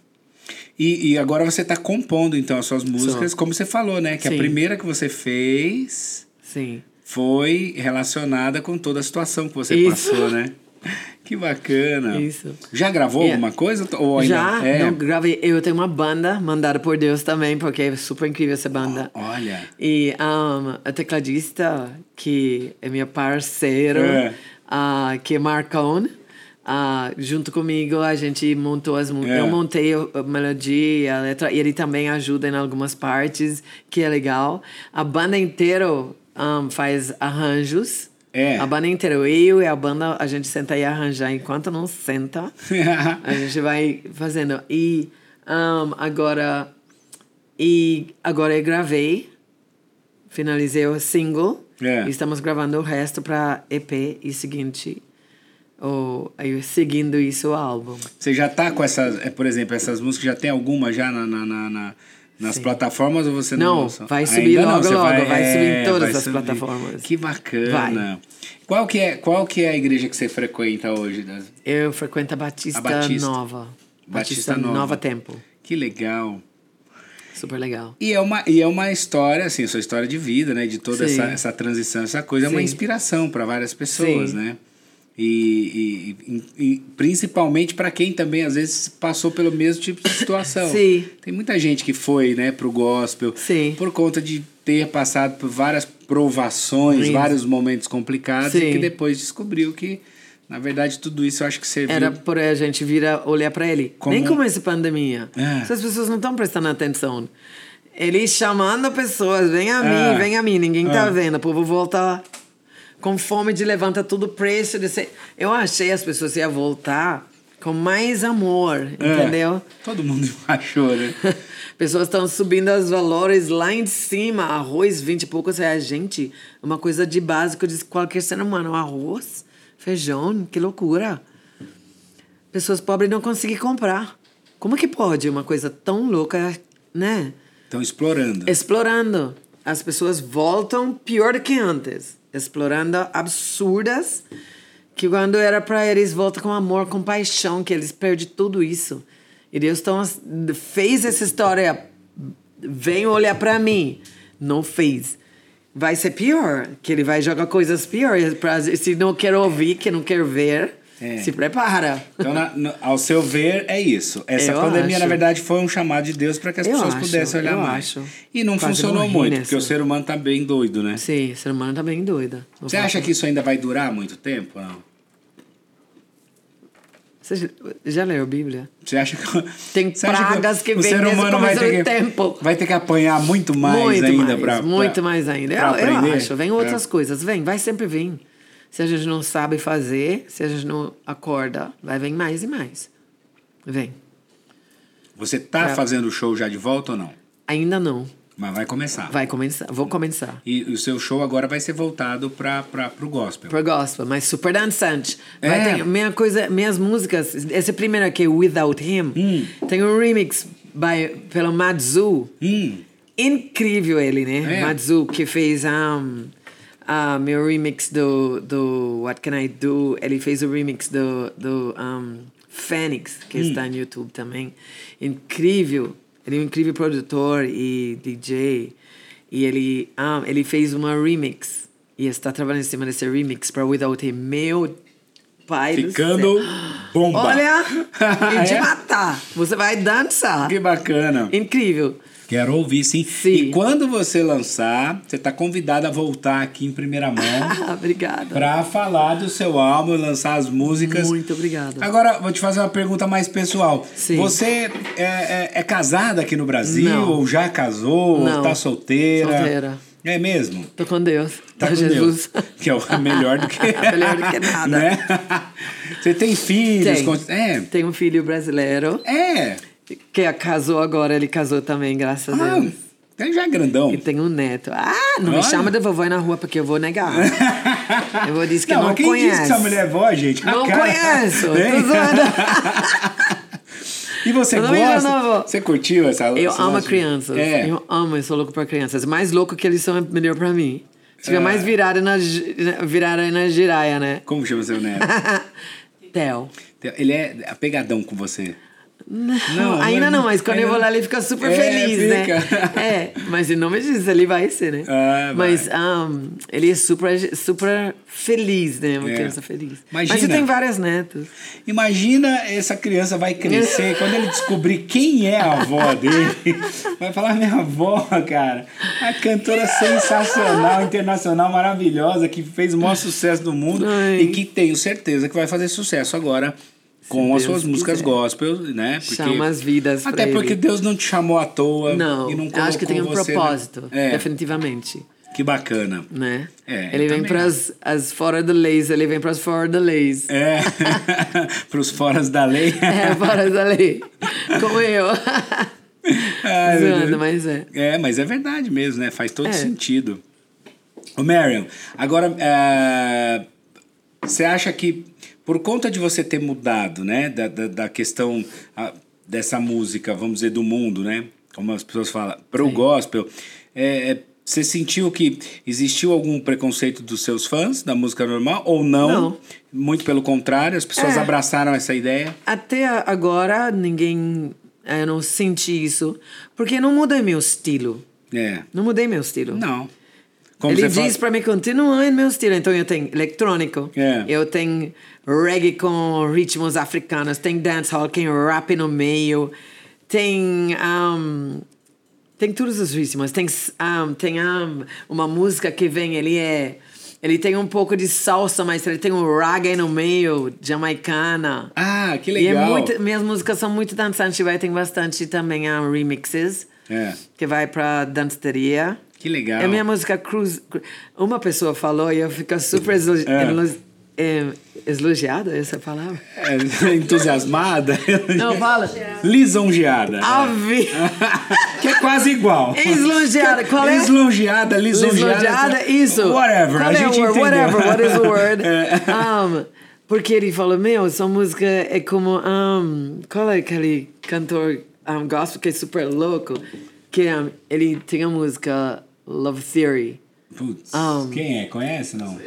[SPEAKER 1] E, e agora você tá compondo, então, as suas músicas, como você falou, né? Que a
[SPEAKER 2] Sim.
[SPEAKER 1] primeira que você fez
[SPEAKER 2] Sim.
[SPEAKER 1] foi relacionada com toda a situação que você
[SPEAKER 2] Isso.
[SPEAKER 1] passou, né? Que bacana.
[SPEAKER 2] Isso.
[SPEAKER 1] Já gravou
[SPEAKER 2] Yeah.
[SPEAKER 1] alguma coisa? Ou ainda...
[SPEAKER 2] Já
[SPEAKER 1] É.
[SPEAKER 2] não gravei. Eu tenho uma banda mandada por Deus também, porque é super incrível essa banda. [laughs]
[SPEAKER 1] Olha.
[SPEAKER 2] E um, a tecladista, que é minha parceira,
[SPEAKER 1] É.
[SPEAKER 2] ah, que é Marcone, ah, junto comigo a gente montou as mu-
[SPEAKER 1] É.
[SPEAKER 2] Eu montei a a melodia, a letra, e ele também ajuda em algumas partes, que é legal. A banda inteira um, faz arranjos.
[SPEAKER 1] É.
[SPEAKER 2] A banda inteira, eu e a banda, a gente senta aí arranjar. Enquanto não senta, a gente vai fazendo. E ahn, agora. E agora eu gravei, finalizei o single.
[SPEAKER 1] É.
[SPEAKER 2] E estamos gravando o resto para EP e seguinte. Ou, aí, seguindo isso, o álbum.
[SPEAKER 1] Você já tá com essas, é, por exemplo, essas músicas, já tem alguma já na, na- na- na- nas plataformas ou você não
[SPEAKER 2] Não,
[SPEAKER 1] lançou?
[SPEAKER 2] vai subir logo,
[SPEAKER 1] você é,
[SPEAKER 2] logo, vai subir em todas as plataformas.
[SPEAKER 1] Que bacana. Qual que, é, qual que é a igreja que você frequenta hoje? das-
[SPEAKER 2] Eu frequento a Batista,
[SPEAKER 1] A Batista.
[SPEAKER 2] Nova.
[SPEAKER 1] Batista Nova.
[SPEAKER 2] Tempo.
[SPEAKER 1] Que legal.
[SPEAKER 2] Super legal.
[SPEAKER 1] E é, uma, e é uma história, assim, sua história de vida, né? De toda
[SPEAKER 2] Sim.
[SPEAKER 1] essa, essa transição, essa coisa. É uma
[SPEAKER 2] Sim.
[SPEAKER 1] inspiração para várias pessoas,
[SPEAKER 2] Sim.
[SPEAKER 1] né? E, e- e- e principalmente para quem também, às vezes, passou pelo mesmo tipo de situação.
[SPEAKER 2] Sim.
[SPEAKER 1] Tem muita gente que foi, né, pro gospel.
[SPEAKER 2] Sim.
[SPEAKER 1] Por conta de ter passado por várias provações,
[SPEAKER 2] Isso.
[SPEAKER 1] vários momentos complicados. E
[SPEAKER 2] Sim.
[SPEAKER 1] que depois descobriu que, na verdade, tudo isso eu acho que serviu...
[SPEAKER 2] Era por aí a gente vira olhar para ele.
[SPEAKER 1] Como-
[SPEAKER 2] Nem começa a pandemia.
[SPEAKER 1] É.
[SPEAKER 2] Essas pessoas não estão prestando atenção. Ele chamando pessoas, vem a
[SPEAKER 1] É.
[SPEAKER 2] mim, vem a mim, ninguém tá
[SPEAKER 1] É.
[SPEAKER 2] vendo. O povo volta com fome de levanta tudo o preço. De ser... Eu achei as pessoas iam voltar com mais amor,
[SPEAKER 1] É.
[SPEAKER 2] entendeu?
[SPEAKER 1] Todo mundo [laughs] achou, né?
[SPEAKER 2] [laughs] Pessoas estão subindo os valores lá em cima. Arroz, 20 e poucos reais. Gente, é uma coisa de básico de qualquer ser humano. Arroz, feijão, que loucura. Pessoas pobres não conseguem comprar. Como que pode uma coisa tão louca, né?
[SPEAKER 1] Estão explorando.
[SPEAKER 2] Explorando. As pessoas voltam pior do que antes. Explorando absurdas que quando era pra eles volta com amor, com paixão, que eles perdem tudo isso. E Deus tão, fez essa história. Vem olhar pra mim. Não fez. Vai ser pior, que ele vai jogar coisas piores. Pra, se não quer ouvir, que não quer ver,
[SPEAKER 1] É.
[SPEAKER 2] se prepara.
[SPEAKER 1] Então, na- no- ao seu ver, é isso. Essa
[SPEAKER 2] Eu
[SPEAKER 1] pandemia,
[SPEAKER 2] acho.
[SPEAKER 1] na verdade, foi um chamado de Deus para que as
[SPEAKER 2] Eu
[SPEAKER 1] pessoas
[SPEAKER 2] acho,
[SPEAKER 1] pudessem olhar
[SPEAKER 2] eu
[SPEAKER 1] mais.
[SPEAKER 2] acho.
[SPEAKER 1] E não
[SPEAKER 2] Quase
[SPEAKER 1] funcionou
[SPEAKER 2] morri
[SPEAKER 1] muito,
[SPEAKER 2] nessa.
[SPEAKER 1] porque o ser humano tá bem doido, né?
[SPEAKER 2] Sim, o ser humano tá bem doido.
[SPEAKER 1] Você acha que isso ainda vai durar muito tempo? Não?
[SPEAKER 2] Você já- já leu a Bíblia?
[SPEAKER 1] Você acha que.
[SPEAKER 2] [laughs] Tem
[SPEAKER 1] você acha
[SPEAKER 2] pragas que
[SPEAKER 1] o
[SPEAKER 2] vêm
[SPEAKER 1] ser
[SPEAKER 2] desde o
[SPEAKER 1] humano vai ter
[SPEAKER 2] começo
[SPEAKER 1] que,
[SPEAKER 2] do tempo.
[SPEAKER 1] Vai ter que apanhar muito mais
[SPEAKER 2] muito
[SPEAKER 1] ainda
[SPEAKER 2] mais,
[SPEAKER 1] para.
[SPEAKER 2] Muito mais ainda.
[SPEAKER 1] pra
[SPEAKER 2] Eu, eu
[SPEAKER 1] aprender?
[SPEAKER 2] acho. Vem outras
[SPEAKER 1] É.
[SPEAKER 2] coisas. Vem, vai sempre vir. Se a gente não sabe fazer, se a gente não acorda, vai vir mais e mais. Vem.
[SPEAKER 1] Você tá
[SPEAKER 2] Pra-
[SPEAKER 1] fazendo o show já de volta ou não?
[SPEAKER 2] Ainda não.
[SPEAKER 1] Mas vai começar.
[SPEAKER 2] Vai começar. Vou começar.
[SPEAKER 1] E o seu show agora vai ser voltado para o gospel.
[SPEAKER 2] Pro gospel, mas super dançante. Vai
[SPEAKER 1] É.
[SPEAKER 2] ter minha coisa, minhas músicas. Essa primeira aqui, Without Him, tem um remix by, pelo Matsu.
[SPEAKER 1] Hum.
[SPEAKER 2] Incrível ele, né?
[SPEAKER 1] É.
[SPEAKER 2] Matsu, que fez um, ah, meu remix do, do What Can I Do. Ele fez o remix do, do um, Fênix, que
[SPEAKER 1] Hum.
[SPEAKER 2] está no YouTube também. Incrível. Ele é um incrível produtor e DJ. E ele, ah, ele fez uma remix. E está trabalhando em cima desse remix para Without Him. Meu pai do
[SPEAKER 1] Ficando
[SPEAKER 2] céu.
[SPEAKER 1] bomba. [laughs]
[SPEAKER 2] Olha, e te
[SPEAKER 1] É?
[SPEAKER 2] matar. Você vai dançar.
[SPEAKER 1] Que bacana.
[SPEAKER 2] Incrível.
[SPEAKER 1] Quero ouvir, sim.
[SPEAKER 2] Sim.
[SPEAKER 1] E quando você lançar, você está convidado a voltar aqui em primeira
[SPEAKER 2] [laughs]
[SPEAKER 1] mão
[SPEAKER 2] Ah, obrigada.
[SPEAKER 1] para falar do seu álbum, lançar as músicas.
[SPEAKER 2] Muito obrigada.
[SPEAKER 1] Agora, vou te fazer uma pergunta mais pessoal.
[SPEAKER 2] Sim.
[SPEAKER 1] Você é, é- é casada aqui no Brasil?
[SPEAKER 2] Não.
[SPEAKER 1] Ou já casou? Ou
[SPEAKER 2] Não.
[SPEAKER 1] tá solteira?
[SPEAKER 2] Solteira.
[SPEAKER 1] É mesmo?
[SPEAKER 2] Tô com Deus. né,
[SPEAKER 1] Tá com
[SPEAKER 2] Jesus.
[SPEAKER 1] Deus. Que é
[SPEAKER 2] [laughs]
[SPEAKER 1] o- melhor do que...
[SPEAKER 2] melhor do que
[SPEAKER 1] [laughs]
[SPEAKER 2] nada.
[SPEAKER 1] Né? Você tem filhos?
[SPEAKER 2] Tem.
[SPEAKER 1] con- É.
[SPEAKER 2] Tem um filho brasileiro
[SPEAKER 1] É.
[SPEAKER 2] que casou agora, ele casou também, graças a
[SPEAKER 1] Ah,
[SPEAKER 2] Deus.
[SPEAKER 1] ele já é grandão.
[SPEAKER 2] E tem um neto. Ah, não
[SPEAKER 1] Olha.
[SPEAKER 2] me chama de vovó na rua porque eu
[SPEAKER 1] [laughs]
[SPEAKER 2] vou negar. Eu vou dizer que
[SPEAKER 1] não,
[SPEAKER 2] não,
[SPEAKER 1] mas quem
[SPEAKER 2] conheço.
[SPEAKER 1] disse que essa mulher é vó, gente? A
[SPEAKER 2] Não
[SPEAKER 1] cara-
[SPEAKER 2] conheço, tô
[SPEAKER 1] Hein? [laughs] e você
[SPEAKER 2] Eu não me engano,
[SPEAKER 1] gosta?
[SPEAKER 2] vó.
[SPEAKER 1] Você curtiu essa
[SPEAKER 2] Eu
[SPEAKER 1] é essa
[SPEAKER 2] amo
[SPEAKER 1] lance de-
[SPEAKER 2] crianças.
[SPEAKER 1] É.
[SPEAKER 2] Eu amo, eu sou louco pra crianças. Mais louco que eles são, é melhor pra mim.
[SPEAKER 1] É.
[SPEAKER 2] Fica mais virada na, gi- na- virada na giraia, né? [laughs]
[SPEAKER 1] Como chama seu neto?
[SPEAKER 2] Theo.
[SPEAKER 1] Ele é apegadão com você.
[SPEAKER 2] Não,
[SPEAKER 1] Não,
[SPEAKER 2] [laughs]
[SPEAKER 1] é
[SPEAKER 2] ainda
[SPEAKER 1] mas-
[SPEAKER 2] não, mas quando eu vou lá ele fica super feliz,
[SPEAKER 1] É, fica.
[SPEAKER 2] né? [laughs] É, mas em nome disso ele vai ser, né?
[SPEAKER 1] Ah, vai.
[SPEAKER 2] mas ahm, ele é super, super feliz, né? Uma
[SPEAKER 1] É.
[SPEAKER 2] criança feliz. Mas
[SPEAKER 1] Imagina.
[SPEAKER 2] eu tenho várias netas.
[SPEAKER 1] Imagina essa criança vai crescer, quando ele descobrir quem é a avó
[SPEAKER 2] [laughs]
[SPEAKER 1] dele, vai falar: minha avó, cara, a cantora sensacional, internacional, maravilhosa, que fez o maior sucesso do mundo
[SPEAKER 2] Ai.
[SPEAKER 1] e que tenho certeza que vai fazer sucesso agora com as
[SPEAKER 2] Deus
[SPEAKER 1] suas músicas
[SPEAKER 2] quiser.
[SPEAKER 1] gospel, né?
[SPEAKER 2] Chama as vidas pra
[SPEAKER 1] Até porque
[SPEAKER 2] ele.
[SPEAKER 1] Deus não te chamou à toa
[SPEAKER 2] Não,
[SPEAKER 1] e não colocou
[SPEAKER 2] acho que tem um
[SPEAKER 1] você na-
[SPEAKER 2] propósito,
[SPEAKER 1] É.
[SPEAKER 2] definitivamente.
[SPEAKER 1] Que bacana.
[SPEAKER 2] né?
[SPEAKER 1] É, eu
[SPEAKER 2] ele vem
[SPEAKER 1] também
[SPEAKER 2] para as fora da leis, ele vem para as fora da leis.
[SPEAKER 1] É, [laughs] pros foras da lei.
[SPEAKER 2] [laughs] É, fora da
[SPEAKER 1] [laughs]
[SPEAKER 2] lei. Como eu.
[SPEAKER 1] Ai, meu
[SPEAKER 2] Zoando,
[SPEAKER 1] Deus.
[SPEAKER 2] mas é.
[SPEAKER 1] É, mas é verdade mesmo, né? Faz todo
[SPEAKER 2] É.
[SPEAKER 1] sentido. Ô, Marion, agora, é, você acha que, por conta de você ter mudado, né? Da, da, da questão ah, dessa música, vamos dizer, do mundo, né? Como as pessoas falam, pro gospel, é, é, você sentiu que existiu algum preconceito dos seus fãs da música normal ou não?
[SPEAKER 2] Não.
[SPEAKER 1] Muito pelo contrário, as pessoas
[SPEAKER 2] É.
[SPEAKER 1] abraçaram essa ideia.
[SPEAKER 2] Até agora, ninguém. eh, Eu não senti isso. Porque não mudei meu estilo.
[SPEAKER 1] É,
[SPEAKER 2] Não mudei meu estilo.
[SPEAKER 1] não. Como
[SPEAKER 2] ele
[SPEAKER 1] você
[SPEAKER 2] diz
[SPEAKER 1] fala-
[SPEAKER 2] para mim continuar em meu estilo. Então eu tenho eletrônico,
[SPEAKER 1] É.
[SPEAKER 2] eu tenho reggae com ritmos africanos, tem dancehall, tem rap no meio, tem ahm, tem todos os ritmos. Tem ahm, tem ahm, uma música que vem, ele é ele tem um pouco de salsa, mas ele tem um reggae no meio, jamaicana.
[SPEAKER 1] Ah, que
[SPEAKER 2] E é
[SPEAKER 1] legal.
[SPEAKER 2] muito, minhas músicas são muito dançantes, vai tem bastante também ahm, remixes
[SPEAKER 1] É.
[SPEAKER 2] que vai para danceteria.
[SPEAKER 1] Que legal.
[SPEAKER 2] É a minha música Cruz. Cru- Uma pessoa falou e eu fico super elu-
[SPEAKER 1] É.
[SPEAKER 2] elu- eh, elogiada, essa palavra.
[SPEAKER 1] É, [laughs] entusiasmada.
[SPEAKER 2] Não, fala.
[SPEAKER 1] Lisonjeada.
[SPEAKER 2] Ave!
[SPEAKER 1] que é quase igual.
[SPEAKER 2] Eslonjeada, qual é?
[SPEAKER 1] Lisonjeada, lisonjeada.
[SPEAKER 2] Lisonjeada, isso.
[SPEAKER 1] Whatever,
[SPEAKER 2] Qual
[SPEAKER 1] a
[SPEAKER 2] é
[SPEAKER 1] gente
[SPEAKER 2] o word?
[SPEAKER 1] entendeu.
[SPEAKER 2] Whatever, what
[SPEAKER 1] [laughs]
[SPEAKER 2] is the word?
[SPEAKER 1] É.
[SPEAKER 2] Um, porque ele falou, meu, sua música é como... Um, qual é aquele cantor um, gospel que é super louco? Que um, ele tem a música Love Theory.
[SPEAKER 1] Putz,
[SPEAKER 2] Um.
[SPEAKER 1] quem é? Conhece, não?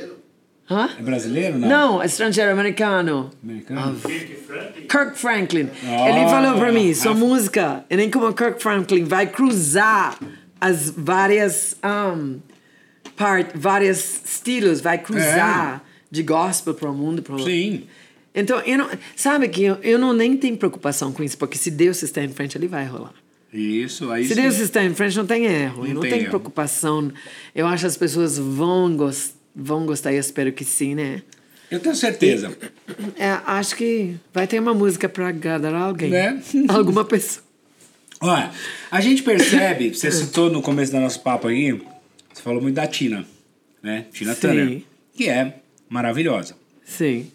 [SPEAKER 2] Hã?
[SPEAKER 1] É brasileiro, não?
[SPEAKER 2] Não, estrangeiro, americano.
[SPEAKER 1] Americano?
[SPEAKER 2] Kirk Franklin.
[SPEAKER 1] Ah.
[SPEAKER 2] Ele falou pra mim, sua
[SPEAKER 1] Ah.
[SPEAKER 2] música, e nem como Kirk Franklin, vai cruzar as várias um, part, vários estilos, vai cruzar de gospel para o mundo, para
[SPEAKER 1] É. Sim.
[SPEAKER 2] Então, eu não, sabe que eu, eu não nem tenho preocupação com isso, porque se Deus está em frente, ele vai rolar.
[SPEAKER 1] Isso, aí
[SPEAKER 2] Se
[SPEAKER 1] sim.
[SPEAKER 2] Deus está em frente, não tem erro.
[SPEAKER 1] Não
[SPEAKER 2] eu não
[SPEAKER 1] tem
[SPEAKER 2] tenho
[SPEAKER 1] erro.
[SPEAKER 2] preocupação. Eu acho que as pessoas vão, gos- vão gostar, e eu espero que sim, né?
[SPEAKER 1] Eu tenho certeza.
[SPEAKER 2] É, acho que vai ter uma música pra agradar alguém.
[SPEAKER 1] Né?
[SPEAKER 2] [laughs] Alguma pessoa.
[SPEAKER 1] Olha, a gente
[SPEAKER 2] [laughs]
[SPEAKER 1] percebe, você citou no começo do nosso papo aí, você falou muito da Tina, né? Tina
[SPEAKER 2] Sim.
[SPEAKER 1] Turner. Que é maravilhosa.
[SPEAKER 2] Sim.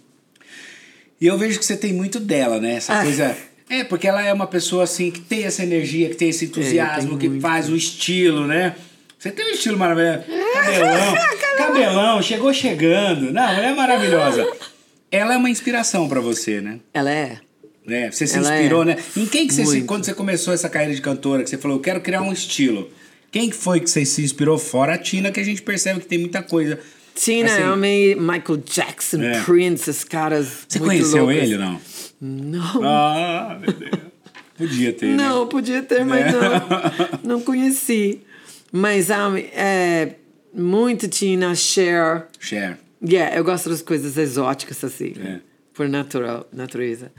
[SPEAKER 1] E eu vejo que você tem muito dela, né? Essa
[SPEAKER 2] Ah.
[SPEAKER 1] coisa. É, porque ela é uma pessoa assim que tem essa energia, que tem
[SPEAKER 2] É,
[SPEAKER 1] esse entusiasmo, que faz o estilo, né? Você tem um estilo maravilhoso. Cabelão,
[SPEAKER 2] [laughs]
[SPEAKER 1] cabelão, chegou chegando. Não, ela é maravilhosa. Ela é uma inspiração pra você, né?
[SPEAKER 2] Ela é.
[SPEAKER 1] né? Você se
[SPEAKER 2] Ela
[SPEAKER 1] inspirou,
[SPEAKER 2] é.
[SPEAKER 1] né? Em quem que você se,
[SPEAKER 2] Muito.
[SPEAKER 1] quando você começou essa carreira de cantora, que você falou, eu quero criar um estilo. Quem que foi que você se inspirou fora a Tina, que a gente percebe que tem muita coisa.
[SPEAKER 2] Tina, é
[SPEAKER 1] Assim,
[SPEAKER 2] Elmi, né? Michael Jackson,
[SPEAKER 1] É.
[SPEAKER 2] Prince, esses caras.
[SPEAKER 1] Você
[SPEAKER 2] muito
[SPEAKER 1] conheceu
[SPEAKER 2] loucos.
[SPEAKER 1] ele, não?
[SPEAKER 2] Não.
[SPEAKER 1] Ah, meu Deus. Podia ter. né?
[SPEAKER 2] Não, podia ter, mas
[SPEAKER 1] Né?
[SPEAKER 2] não. Não conheci. Mas um, é, muito Tina, Cher.
[SPEAKER 1] Cher.
[SPEAKER 2] Yeah, eu gosto das coisas exóticas assim, né? por natural, natureza.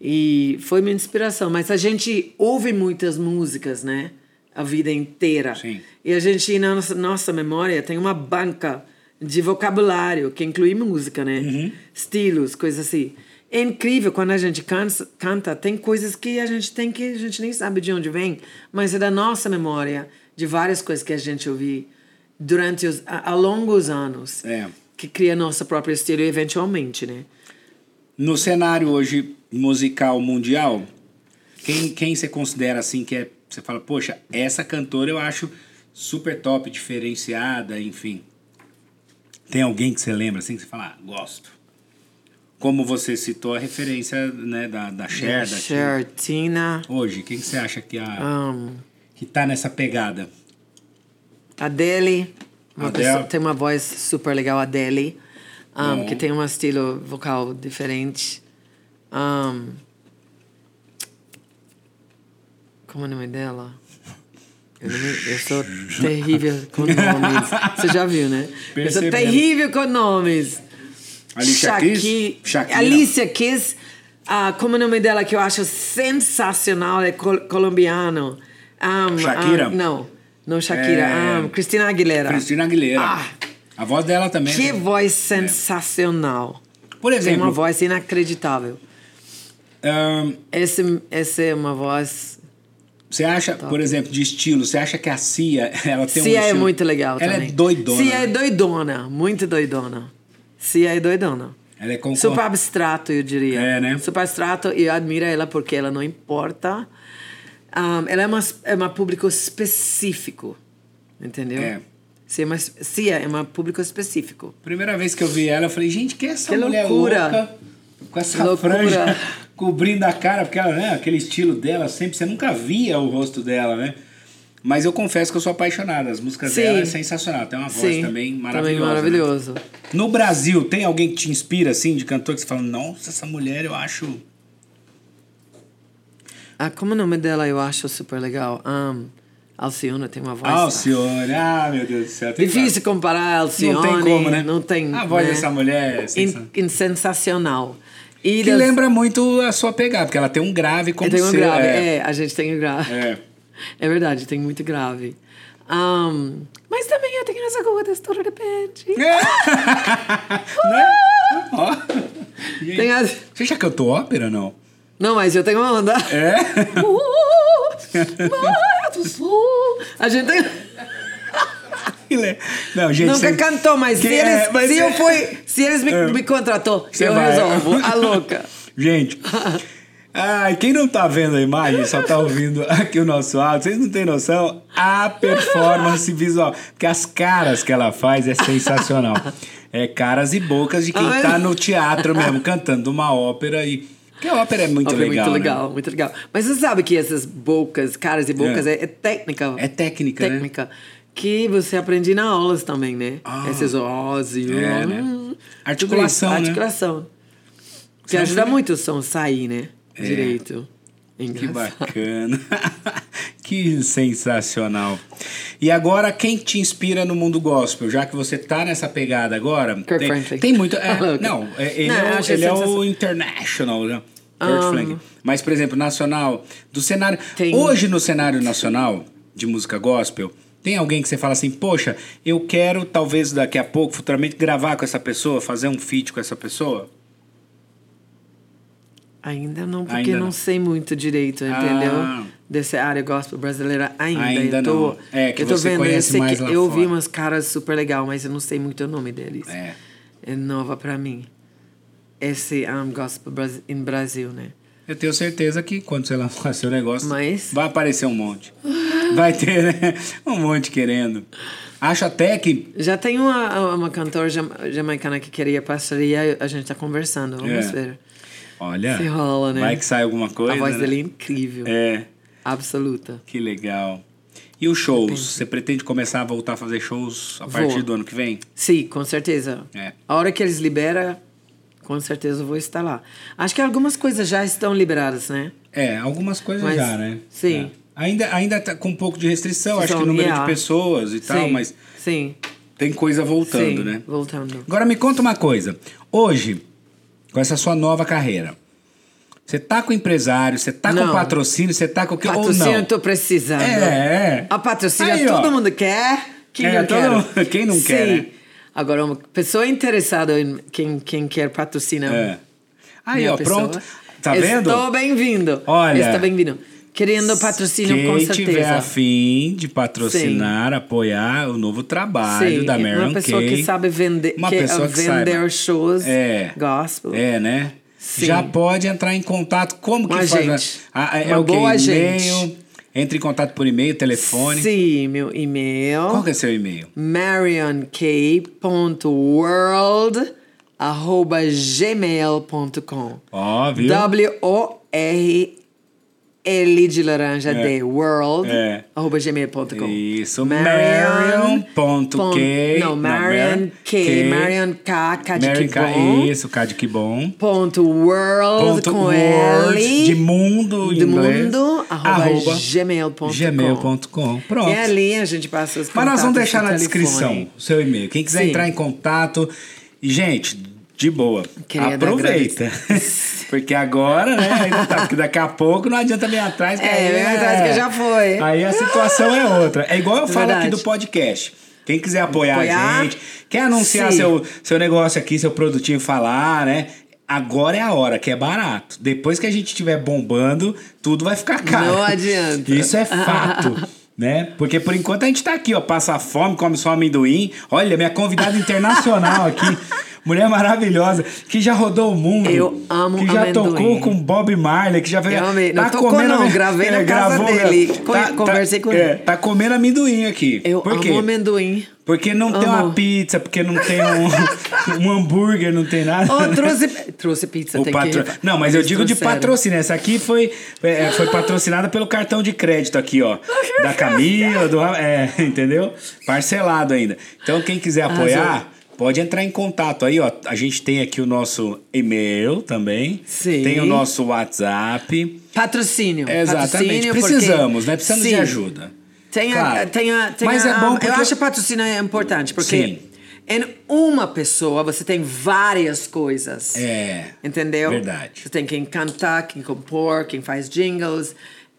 [SPEAKER 2] E foi minha inspiração, mas a gente ouve muitas músicas, né? A vida inteira.
[SPEAKER 1] Sim.
[SPEAKER 2] E a gente, na nossa, nossa memória, tem uma banca de vocabulário que inclui música, né? Estilos, coisas assim. É incrível quando a gente cansa, canta, tem coisas que a gente tem que a gente nem sabe de onde vem, mas é da nossa memória, de várias coisas que a gente ouvi durante os, a, ao longo dos anos
[SPEAKER 1] É.
[SPEAKER 2] que cria nosso próprio estilo eventualmente, né?
[SPEAKER 1] No cenário hoje musical mundial, quem, quem você considera assim que é. Você fala, poxa, essa cantora eu acho super top, diferenciada, enfim. Tem alguém que você lembra assim que você fala, ah, gosto. Como você citou a referência né, da, da Cher, da Tina.
[SPEAKER 2] Cher, Tina,
[SPEAKER 1] Hoje, quem que você acha que, a,
[SPEAKER 2] um,
[SPEAKER 1] que tá nessa pegada?
[SPEAKER 2] Adele. Uma
[SPEAKER 1] Adele.
[SPEAKER 2] pessoa, tem uma voz super legal, Adele. um,
[SPEAKER 1] Bom.
[SPEAKER 2] que tem um estilo vocal diferente. Um, como é o nome dela? Eu, não me-
[SPEAKER 1] [laughs]
[SPEAKER 2] eu sou terrível com nomes. Você já viu, né? Eu sou
[SPEAKER 1] Percebemos.
[SPEAKER 2] terrível com nomes.
[SPEAKER 1] Alicia
[SPEAKER 2] Shaki-
[SPEAKER 1] Keys? Shakira.
[SPEAKER 2] Alicia Keys. ah, como é o nome dela que eu acho sensacional? É col colombiano. Ah,
[SPEAKER 1] Shakira?
[SPEAKER 2] ah, não, não Shakira.
[SPEAKER 1] É.
[SPEAKER 2] ah, Cristina Aguilera.
[SPEAKER 1] Cristina Aguilera.
[SPEAKER 2] Ah.
[SPEAKER 1] a voz dela também.
[SPEAKER 2] Que
[SPEAKER 1] né?
[SPEAKER 2] voz sensacional.
[SPEAKER 1] Por
[SPEAKER 2] Tem uma
[SPEAKER 1] exemplo,
[SPEAKER 2] voz inacreditável.
[SPEAKER 1] ahn,
[SPEAKER 2] Essa esse é uma voz
[SPEAKER 1] Você acha, por exemplo, de estilo, você acha que a Cia, [laughs] ela tem um
[SPEAKER 2] Cia é
[SPEAKER 1] estilo-
[SPEAKER 2] muito legal
[SPEAKER 1] Ela
[SPEAKER 2] também.
[SPEAKER 1] é doidona.
[SPEAKER 2] Cia
[SPEAKER 1] né?
[SPEAKER 2] é doidona, muito doidona. Cia é doidona.
[SPEAKER 1] Ela é concor-
[SPEAKER 2] Super abstrato, eu diria.
[SPEAKER 1] É, né?
[SPEAKER 2] Super abstrato e eu admiro ela porque ela não importa. Ahm, ela é uma, é uma público específico, entendeu?
[SPEAKER 1] É.
[SPEAKER 2] Cia é, uma, Cia é uma público específico.
[SPEAKER 1] Primeira vez que eu vi ela, eu falei, gente, que é essa
[SPEAKER 2] Que
[SPEAKER 1] mulher
[SPEAKER 2] loucura.
[SPEAKER 1] louca? Com essa
[SPEAKER 2] Loucura.
[SPEAKER 1] franja [laughs] cobrindo a cara, porque ela, né, aquele estilo dela, sempre você nunca via o rosto dela, né? Mas eu confesso que eu sou apaixonada. As músicas
[SPEAKER 2] Sim.
[SPEAKER 1] dela é sensacional. Tem uma voz
[SPEAKER 2] Sim,
[SPEAKER 1] também maravilhosa.
[SPEAKER 2] Também
[SPEAKER 1] né?
[SPEAKER 2] maravilhoso.
[SPEAKER 1] No Brasil, tem alguém que te inspira, assim, de cantor, que você fala, nossa, essa mulher eu acho.
[SPEAKER 2] Ah, como o nome dela eu acho super legal. Ahm, Alcione tem uma voz. tá?
[SPEAKER 1] Ah, Alcione, ah, meu Deus do céu. tem
[SPEAKER 2] Difícil comparar a Alcione.
[SPEAKER 1] Não tem como, né?
[SPEAKER 2] Não tem.
[SPEAKER 1] A voz
[SPEAKER 2] né?
[SPEAKER 1] dessa mulher é sensacional.
[SPEAKER 2] In- in- sensacional. E
[SPEAKER 1] Que
[SPEAKER 2] das-
[SPEAKER 1] lembra muito a sua pegada, porque ela tem um grave como
[SPEAKER 2] Eu tenho um
[SPEAKER 1] seu,
[SPEAKER 2] grave.
[SPEAKER 1] é.
[SPEAKER 2] É. a gente tem um grave.
[SPEAKER 1] É.
[SPEAKER 2] É verdade, tem muito grave. Ahm, mas também eu tenho essa coisa da história de pente.
[SPEAKER 1] É. Né? Ó. Gente,
[SPEAKER 2] Tem as-
[SPEAKER 1] Você já cantou ópera, não?
[SPEAKER 2] Não, mas eu tenho uma onda.
[SPEAKER 1] É? [laughs]
[SPEAKER 2] [laughs] Uh, Maia do Sul. A gente tem...
[SPEAKER 1] Não, gente.
[SPEAKER 2] Nunca
[SPEAKER 1] você-
[SPEAKER 2] cantou, mas,
[SPEAKER 1] que-
[SPEAKER 2] se eles,
[SPEAKER 1] é, mas
[SPEAKER 2] se
[SPEAKER 1] é-
[SPEAKER 2] eu fui, se eles me,
[SPEAKER 1] É.
[SPEAKER 2] me contratou,
[SPEAKER 1] Você
[SPEAKER 2] eu
[SPEAKER 1] vai.
[SPEAKER 2] resolvo. A louca.
[SPEAKER 1] Gente. Ai, quem não tá vendo a imagem, só tá ouvindo aqui o nosso áudio, vocês não têm noção a performance visual. Porque as caras que ela faz é sensacional. É caras e bocas de quem
[SPEAKER 2] Ai.
[SPEAKER 1] tá no teatro mesmo, cantando uma ópera e. Porque a ópera é [laughs] muito
[SPEAKER 2] Óbvio,
[SPEAKER 1] legal.
[SPEAKER 2] muito
[SPEAKER 1] né?
[SPEAKER 2] legal, muito legal. Mas você sabe que essas bocas, caras e bocas,
[SPEAKER 1] É.
[SPEAKER 2] é, é técnica.
[SPEAKER 1] É técnica, né?
[SPEAKER 2] Técnica. Que você aprende na aulas também, né? Esses os e
[SPEAKER 1] Ah. É,
[SPEAKER 2] ó,
[SPEAKER 1] né?
[SPEAKER 2] tudo isso.
[SPEAKER 1] Articulação, né?
[SPEAKER 2] Hum. Articulação. Que
[SPEAKER 1] Senão
[SPEAKER 2] ajuda
[SPEAKER 1] fica-
[SPEAKER 2] muito o som sair, né?
[SPEAKER 1] É.
[SPEAKER 2] Direito. É
[SPEAKER 1] Que
[SPEAKER 2] Engraçado.
[SPEAKER 1] bacana. [laughs] que sensacional. E agora, quem te inspira no mundo gospel? Já que você tá nessa pegada agora.
[SPEAKER 2] Kirk
[SPEAKER 1] tem,
[SPEAKER 2] Franklin.
[SPEAKER 1] tem muito.
[SPEAKER 2] [laughs]
[SPEAKER 1] é,
[SPEAKER 2] Ah, louco.
[SPEAKER 1] não, é, ele,
[SPEAKER 2] Não,
[SPEAKER 1] é,
[SPEAKER 2] eu
[SPEAKER 1] o,
[SPEAKER 2] achei
[SPEAKER 1] ele é o
[SPEAKER 2] sensacional.
[SPEAKER 1] international, né? Kirk
[SPEAKER 2] Ah.
[SPEAKER 1] Franklin. Mas, por exemplo, nacional, do cenário.
[SPEAKER 2] Tem.
[SPEAKER 1] Hoje, no cenário nacional de música gospel. Tem alguém que você fala assim, poxa, eu quero talvez daqui a pouco, futuramente, gravar com essa pessoa, fazer um feat com essa pessoa?
[SPEAKER 2] Ainda não, porque
[SPEAKER 1] Ainda
[SPEAKER 2] não.
[SPEAKER 1] não.
[SPEAKER 2] sei muito direito, entendeu?
[SPEAKER 1] Ah.
[SPEAKER 2] Dessa área gospel brasileira ainda.
[SPEAKER 1] Ainda
[SPEAKER 2] eu tô,
[SPEAKER 1] não. É, que
[SPEAKER 2] eu tô
[SPEAKER 1] você
[SPEAKER 2] vendo
[SPEAKER 1] conhece
[SPEAKER 2] eu sei
[SPEAKER 1] mais
[SPEAKER 2] que
[SPEAKER 1] lá
[SPEAKER 2] Eu vi
[SPEAKER 1] fora.
[SPEAKER 2] umas caras super legal, mas eu não sei muito o nome deles.
[SPEAKER 1] É.
[SPEAKER 2] É nova pra mim. Esse um, gospel Bras- em Brasil, né?
[SPEAKER 1] Eu tenho certeza que quando você lançar [laughs] seu negócio,
[SPEAKER 2] Mas-
[SPEAKER 1] vai aparecer um monte. Vai ter né? um monte querendo. Acho até que.
[SPEAKER 2] Já tem uma, uma cantora jam- jamaicana que queria parceria, a gente tá conversando, vamos
[SPEAKER 1] É.
[SPEAKER 2] ver.
[SPEAKER 1] Olha.
[SPEAKER 2] Se rola, né?
[SPEAKER 1] Vai que sai alguma coisa.
[SPEAKER 2] a voz
[SPEAKER 1] né?
[SPEAKER 2] dele é incrível,
[SPEAKER 1] É,
[SPEAKER 2] absoluta.
[SPEAKER 1] que legal. E os shows? Você pretende começar a voltar a fazer shows a
[SPEAKER 2] Vou.
[SPEAKER 1] partir do ano que vem?
[SPEAKER 2] Sim, com certeza.
[SPEAKER 1] É.
[SPEAKER 2] A hora que eles liberam, com certeza eu vou estar lá. Acho que algumas coisas já estão liberadas, né?
[SPEAKER 1] É, algumas coisas
[SPEAKER 2] Mas,
[SPEAKER 1] já, né?
[SPEAKER 2] sim.
[SPEAKER 1] É. Ainda, ainda tá com um pouco de restrição, acho que
[SPEAKER 2] Então,
[SPEAKER 1] o número de
[SPEAKER 2] yeah.
[SPEAKER 1] pessoas e tal,
[SPEAKER 2] sim,
[SPEAKER 1] mas
[SPEAKER 2] Sim,
[SPEAKER 1] tem coisa voltando,
[SPEAKER 2] sim,
[SPEAKER 1] né?
[SPEAKER 2] voltando.
[SPEAKER 1] Agora me conta uma coisa. Hoje, com essa sua nova carreira, você tá com empresário, você tá com
[SPEAKER 2] Não.
[SPEAKER 1] patrocínio, você tá com o que ou
[SPEAKER 2] Patrocínio eu
[SPEAKER 1] não?
[SPEAKER 2] tô precisando.
[SPEAKER 1] É, é.
[SPEAKER 2] A patrocínio
[SPEAKER 1] Aí, ó.
[SPEAKER 2] todo mundo quer. Quem
[SPEAKER 1] É,
[SPEAKER 2] não
[SPEAKER 1] todo
[SPEAKER 2] quer?
[SPEAKER 1] mundo- quem não quer,
[SPEAKER 2] Sim.
[SPEAKER 1] né?
[SPEAKER 2] Agora, uma pessoa interessada em quem, quem quer patrocinar.
[SPEAKER 1] É. Aí,
[SPEAKER 2] minha
[SPEAKER 1] ó,
[SPEAKER 2] pessoa,
[SPEAKER 1] pronto. Tá vendo?
[SPEAKER 2] Estou bem-vindo.
[SPEAKER 1] Olha.
[SPEAKER 2] Estou bem-vindo. Querendo patrocínio,
[SPEAKER 1] Quem
[SPEAKER 2] com
[SPEAKER 1] tiver
[SPEAKER 2] certeza.
[SPEAKER 1] afim de patrocinar, apoiar o novo trabalho
[SPEAKER 2] Sim, é
[SPEAKER 1] da Marion
[SPEAKER 2] uma pessoa
[SPEAKER 1] Kay.
[SPEAKER 2] que sabe vender, que vender
[SPEAKER 1] saiba.
[SPEAKER 2] shows
[SPEAKER 1] é.
[SPEAKER 2] gospel.
[SPEAKER 1] É, né?
[SPEAKER 2] Sim.
[SPEAKER 1] Já pode entrar em contato. Como que
[SPEAKER 2] Uma
[SPEAKER 1] faz? né?
[SPEAKER 2] gente.
[SPEAKER 1] Ah, é
[SPEAKER 2] Uma
[SPEAKER 1] o quê?
[SPEAKER 2] boa
[SPEAKER 1] E-mail.
[SPEAKER 2] gente.
[SPEAKER 1] Entra em contato por e-mail, telefone.
[SPEAKER 2] Sim, meu e-mail.
[SPEAKER 1] Qual que é seu e-mail?
[SPEAKER 2] marionk.world arroba gmail.com
[SPEAKER 1] Ó, viu?
[SPEAKER 2] W-O-R-L de laranja
[SPEAKER 1] É.
[SPEAKER 2] D world
[SPEAKER 1] É.
[SPEAKER 2] arroba gmail.com
[SPEAKER 1] Isso, Marion ponto
[SPEAKER 2] pon-
[SPEAKER 1] K-
[SPEAKER 2] não,
[SPEAKER 1] não,
[SPEAKER 2] Marion
[SPEAKER 1] Marion K-
[SPEAKER 2] K Marion K K de
[SPEAKER 1] Mary
[SPEAKER 2] que
[SPEAKER 1] Ca-
[SPEAKER 2] bom,
[SPEAKER 1] Isso, Cade, que bom.
[SPEAKER 2] ponto world
[SPEAKER 1] Ponto
[SPEAKER 2] com
[SPEAKER 1] world,
[SPEAKER 2] L
[SPEAKER 1] de mundo em
[SPEAKER 2] do
[SPEAKER 1] inglês,
[SPEAKER 2] mundo arroba,
[SPEAKER 1] arroba
[SPEAKER 2] gmail.com
[SPEAKER 1] gmail.com. Pronto.
[SPEAKER 2] e é ali a gente passa os
[SPEAKER 1] Mas nós
[SPEAKER 2] contatos
[SPEAKER 1] vamos deixar
[SPEAKER 2] do
[SPEAKER 1] na
[SPEAKER 2] telefone.
[SPEAKER 1] descrição o seu e-mail. Quem quiser
[SPEAKER 2] Sim.
[SPEAKER 1] entrar em contato. E, gente, de boa.
[SPEAKER 2] Querida,
[SPEAKER 1] Aproveita. [laughs] Porque agora, né? ainda tá- porque daqui a pouco não adianta vir atrás. Que
[SPEAKER 2] É,
[SPEAKER 1] aí
[SPEAKER 2] vem atrás que já foi.
[SPEAKER 1] Aí a situação é outra. É igual eu falo aqui
[SPEAKER 2] Verdade.
[SPEAKER 1] do podcast. Quem quiser apoiar,
[SPEAKER 2] Apoiar.
[SPEAKER 1] a gente, quer anunciar
[SPEAKER 2] Sim.
[SPEAKER 1] seu, seu negócio aqui, seu produtinho falar, né? Agora é a hora, que é barato. Depois que a gente estiver bombando, tudo vai ficar caro. [laughs]
[SPEAKER 2] Não adianta.
[SPEAKER 1] Isso é
[SPEAKER 2] [laughs]
[SPEAKER 1] fato. Né? Porque por enquanto a gente tá aqui, ó. Passa fome, come só amendoim. Olha, minha convidada internacional
[SPEAKER 2] [laughs]
[SPEAKER 1] aqui. Mulher maravilhosa, que já rodou o mundo.
[SPEAKER 2] Eu amo
[SPEAKER 1] Que já
[SPEAKER 2] amendoim.
[SPEAKER 1] tocou com Bob Marley, que já tá veio.
[SPEAKER 2] Eu amei. Não tocou, não.
[SPEAKER 1] É,
[SPEAKER 2] Gravei na casa dele. Co- conversei com ele.
[SPEAKER 1] tá comendo amendoim aqui.
[SPEAKER 2] Eu
[SPEAKER 1] por quê?
[SPEAKER 2] amo amendoim.
[SPEAKER 1] Porque não tem uma
[SPEAKER 2] Amo.
[SPEAKER 1] pizza, porque não tem
[SPEAKER 2] [laughs]
[SPEAKER 1] um, um hambúrguer, não tem nada.
[SPEAKER 2] Oh, trouxe, [laughs] trouxe pizza,
[SPEAKER 1] O
[SPEAKER 2] tem
[SPEAKER 1] patro-
[SPEAKER 2] que...
[SPEAKER 1] Não, mas eu
[SPEAKER 2] Eles
[SPEAKER 1] digo de
[SPEAKER 2] trouxeram.
[SPEAKER 1] patrocínio. Essa aqui foi, é, foi patrocinada pelo cartão de crédito aqui,
[SPEAKER 2] [laughs]
[SPEAKER 1] ó. Da Camila, do... Ra- É, [laughs] entendeu? Parcelado ainda. Então, quem quiser apoiar, pode entrar em contato aí, ó. A gente tem aqui o nosso e-mail também.
[SPEAKER 2] Sim.
[SPEAKER 1] Tem o nosso WhatsApp.
[SPEAKER 2] Patrocínio.
[SPEAKER 1] Exatamente.
[SPEAKER 2] Patrocínio porque-
[SPEAKER 1] Precisamos, né? Precisamos de
[SPEAKER 2] Sim.
[SPEAKER 1] ajuda.
[SPEAKER 2] Tem a,
[SPEAKER 1] Claro.
[SPEAKER 2] tem a, tem
[SPEAKER 1] Mas
[SPEAKER 2] a-
[SPEAKER 1] é bom porque...
[SPEAKER 2] Eu acho que patrocínio é importante, porque
[SPEAKER 1] Sim.
[SPEAKER 2] em uma pessoa você tem várias coisas.
[SPEAKER 1] É.
[SPEAKER 2] Entendeu?
[SPEAKER 1] Verdade.
[SPEAKER 2] Você tem quem cantar, quem compor, quem faz jingles,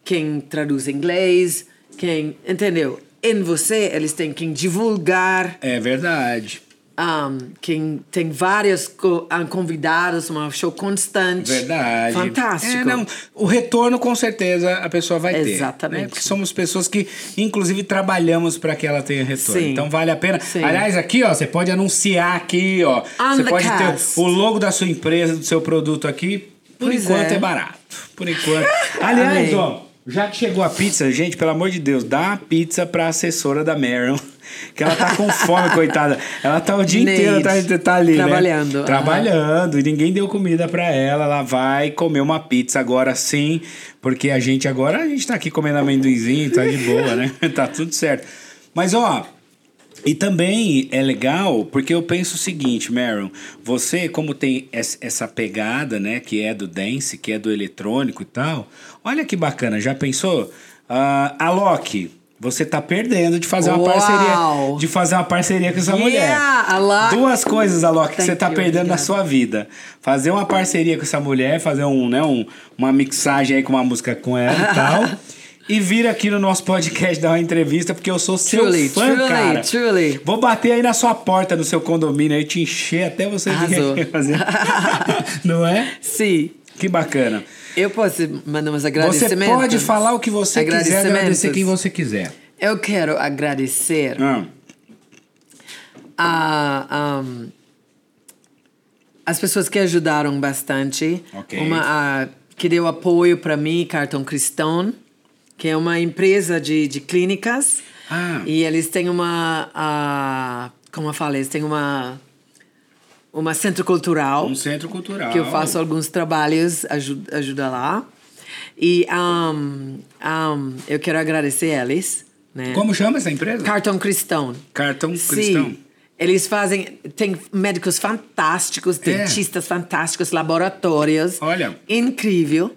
[SPEAKER 2] quem traduz em inglês, quem. Entendeu? Em você, eles têm quem divulgar.
[SPEAKER 1] É verdade.
[SPEAKER 2] Um, quem tem várias co- ah, convidados, um show constante.
[SPEAKER 1] Verdade.
[SPEAKER 2] Fantástico.
[SPEAKER 1] É, não, o retorno com certeza a pessoa vai ter.
[SPEAKER 2] Exatamente.
[SPEAKER 1] né? Porque somos pessoas que, inclusive, trabalhamos para que ela tenha retorno.
[SPEAKER 2] Sim.
[SPEAKER 1] Então vale a pena.
[SPEAKER 2] Sim. Ah,
[SPEAKER 1] Aliás, aqui, ó, você pode anunciar aqui, ó.
[SPEAKER 2] On
[SPEAKER 1] você
[SPEAKER 2] the
[SPEAKER 1] pode
[SPEAKER 2] cast.
[SPEAKER 1] ter o logo da sua empresa, do seu produto aqui. Por
[SPEAKER 2] Pois
[SPEAKER 1] enquanto é.
[SPEAKER 2] é.
[SPEAKER 1] barato. Por
[SPEAKER 2] [laughs]
[SPEAKER 1] enquanto. Aliás,
[SPEAKER 2] Amei.
[SPEAKER 1] ó. Já que chegou a pizza, gente, pelo amor de Deus, dá a pizza pra assessora da Marion. [laughs] Que ela tá com fome, coitada. Ela tá o dia
[SPEAKER 2] Neide.
[SPEAKER 1] inteiro, tá, tá ali, né?
[SPEAKER 2] Trabalhando,
[SPEAKER 1] Trabalhando
[SPEAKER 2] aham.
[SPEAKER 1] trabalhando e ninguém deu comida pra ela. Ela vai comer uma pizza agora sim, porque a gente agora a gente tá aqui comendo amendoinzinho, tá de boa, né? [laughs] Tá tudo certo. Mas ó, e também é legal porque eu penso o seguinte, Meryl, você como tem es- essa pegada, né, que é do dance, que é do eletrônico e tal. Olha que bacana, já pensou? Ah, a Loki, você tá perdendo de fazer uma
[SPEAKER 2] Uau!
[SPEAKER 1] parceria, de fazer uma parceria com essa
[SPEAKER 2] Yeah,
[SPEAKER 1] mulher.
[SPEAKER 2] a Loki.
[SPEAKER 1] Duas coisas, Alok, que
[SPEAKER 2] Thank
[SPEAKER 1] você tá
[SPEAKER 2] you,
[SPEAKER 1] perdendo na
[SPEAKER 2] obrigada.
[SPEAKER 1] sua vida. Fazer uma parceria com essa mulher, fazer um, né, um- uma mixagem aí com uma música com ela e
[SPEAKER 2] [laughs]
[SPEAKER 1] tal. E vir aqui no nosso podcast dar uma entrevista, porque eu sou seu
[SPEAKER 2] Truly,
[SPEAKER 1] fã,
[SPEAKER 2] truly,
[SPEAKER 1] cara.
[SPEAKER 2] truly.
[SPEAKER 1] Vou bater aí na sua porta, no seu condomínio, aí te encher até você
[SPEAKER 2] Arrasou.
[SPEAKER 1] vir aqui
[SPEAKER 2] [laughs]
[SPEAKER 1] fazer. Não é?
[SPEAKER 2] Sim.
[SPEAKER 1] Que bacana.
[SPEAKER 2] Eu posso mandar uns
[SPEAKER 1] Você
[SPEAKER 2] agradecimentos?
[SPEAKER 1] pode falar o que você quiser, agradecer
[SPEAKER 2] Agradecimentos.
[SPEAKER 1] quem você quiser.
[SPEAKER 2] Eu quero agradecer
[SPEAKER 1] Ah,
[SPEAKER 2] a, um, as pessoas que ajudaram bastante.
[SPEAKER 1] Ok.
[SPEAKER 2] Uma a, que deu apoio para mim, Cartão Cristão, que é uma empresa de, de clínicas.
[SPEAKER 1] Ah.
[SPEAKER 2] E eles têm uma. ah, como eu falei, eles têm uma. Uma centro cultural
[SPEAKER 1] um centro cultural.
[SPEAKER 2] que eu faço alguns trabalhos, ajuda, ajuda lá. E um, um, eu quero agradecer eles, né?
[SPEAKER 1] Como chama essa empresa?
[SPEAKER 2] Cartão Cristão.
[SPEAKER 1] Cartão Cristão.
[SPEAKER 2] Sim. Eles fazem, tem médicos fantásticos, dentistas fantásticos, laboratórios.
[SPEAKER 1] É. Olha.
[SPEAKER 2] Incrível.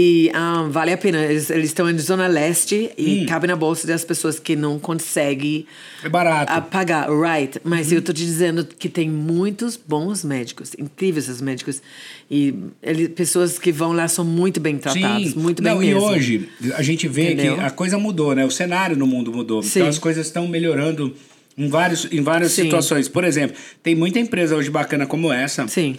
[SPEAKER 2] E um, vale a pena. Eles, eles estão em Zona Leste
[SPEAKER 1] Hum.
[SPEAKER 2] e cabe na bolsa das pessoas que não conseguem
[SPEAKER 1] É barato.
[SPEAKER 2] a pagar, right.
[SPEAKER 1] Uhum.
[SPEAKER 2] Mas eu tô te dizendo que tem muitos bons médicos, incríveis esses médicos. E ele, pessoas que vão lá são muito bem tratadas, muito bem
[SPEAKER 1] Não,
[SPEAKER 2] mesmo.
[SPEAKER 1] E hoje a gente vê que
[SPEAKER 2] Entendeu?
[SPEAKER 1] a coisa mudou, né? O cenário no mundo mudou.
[SPEAKER 2] Sim.
[SPEAKER 1] Então as coisas estão melhorando em, vários, em várias
[SPEAKER 2] Sim.
[SPEAKER 1] situações. Por exemplo, tem muita empresa hoje bacana como essa
[SPEAKER 2] Sim,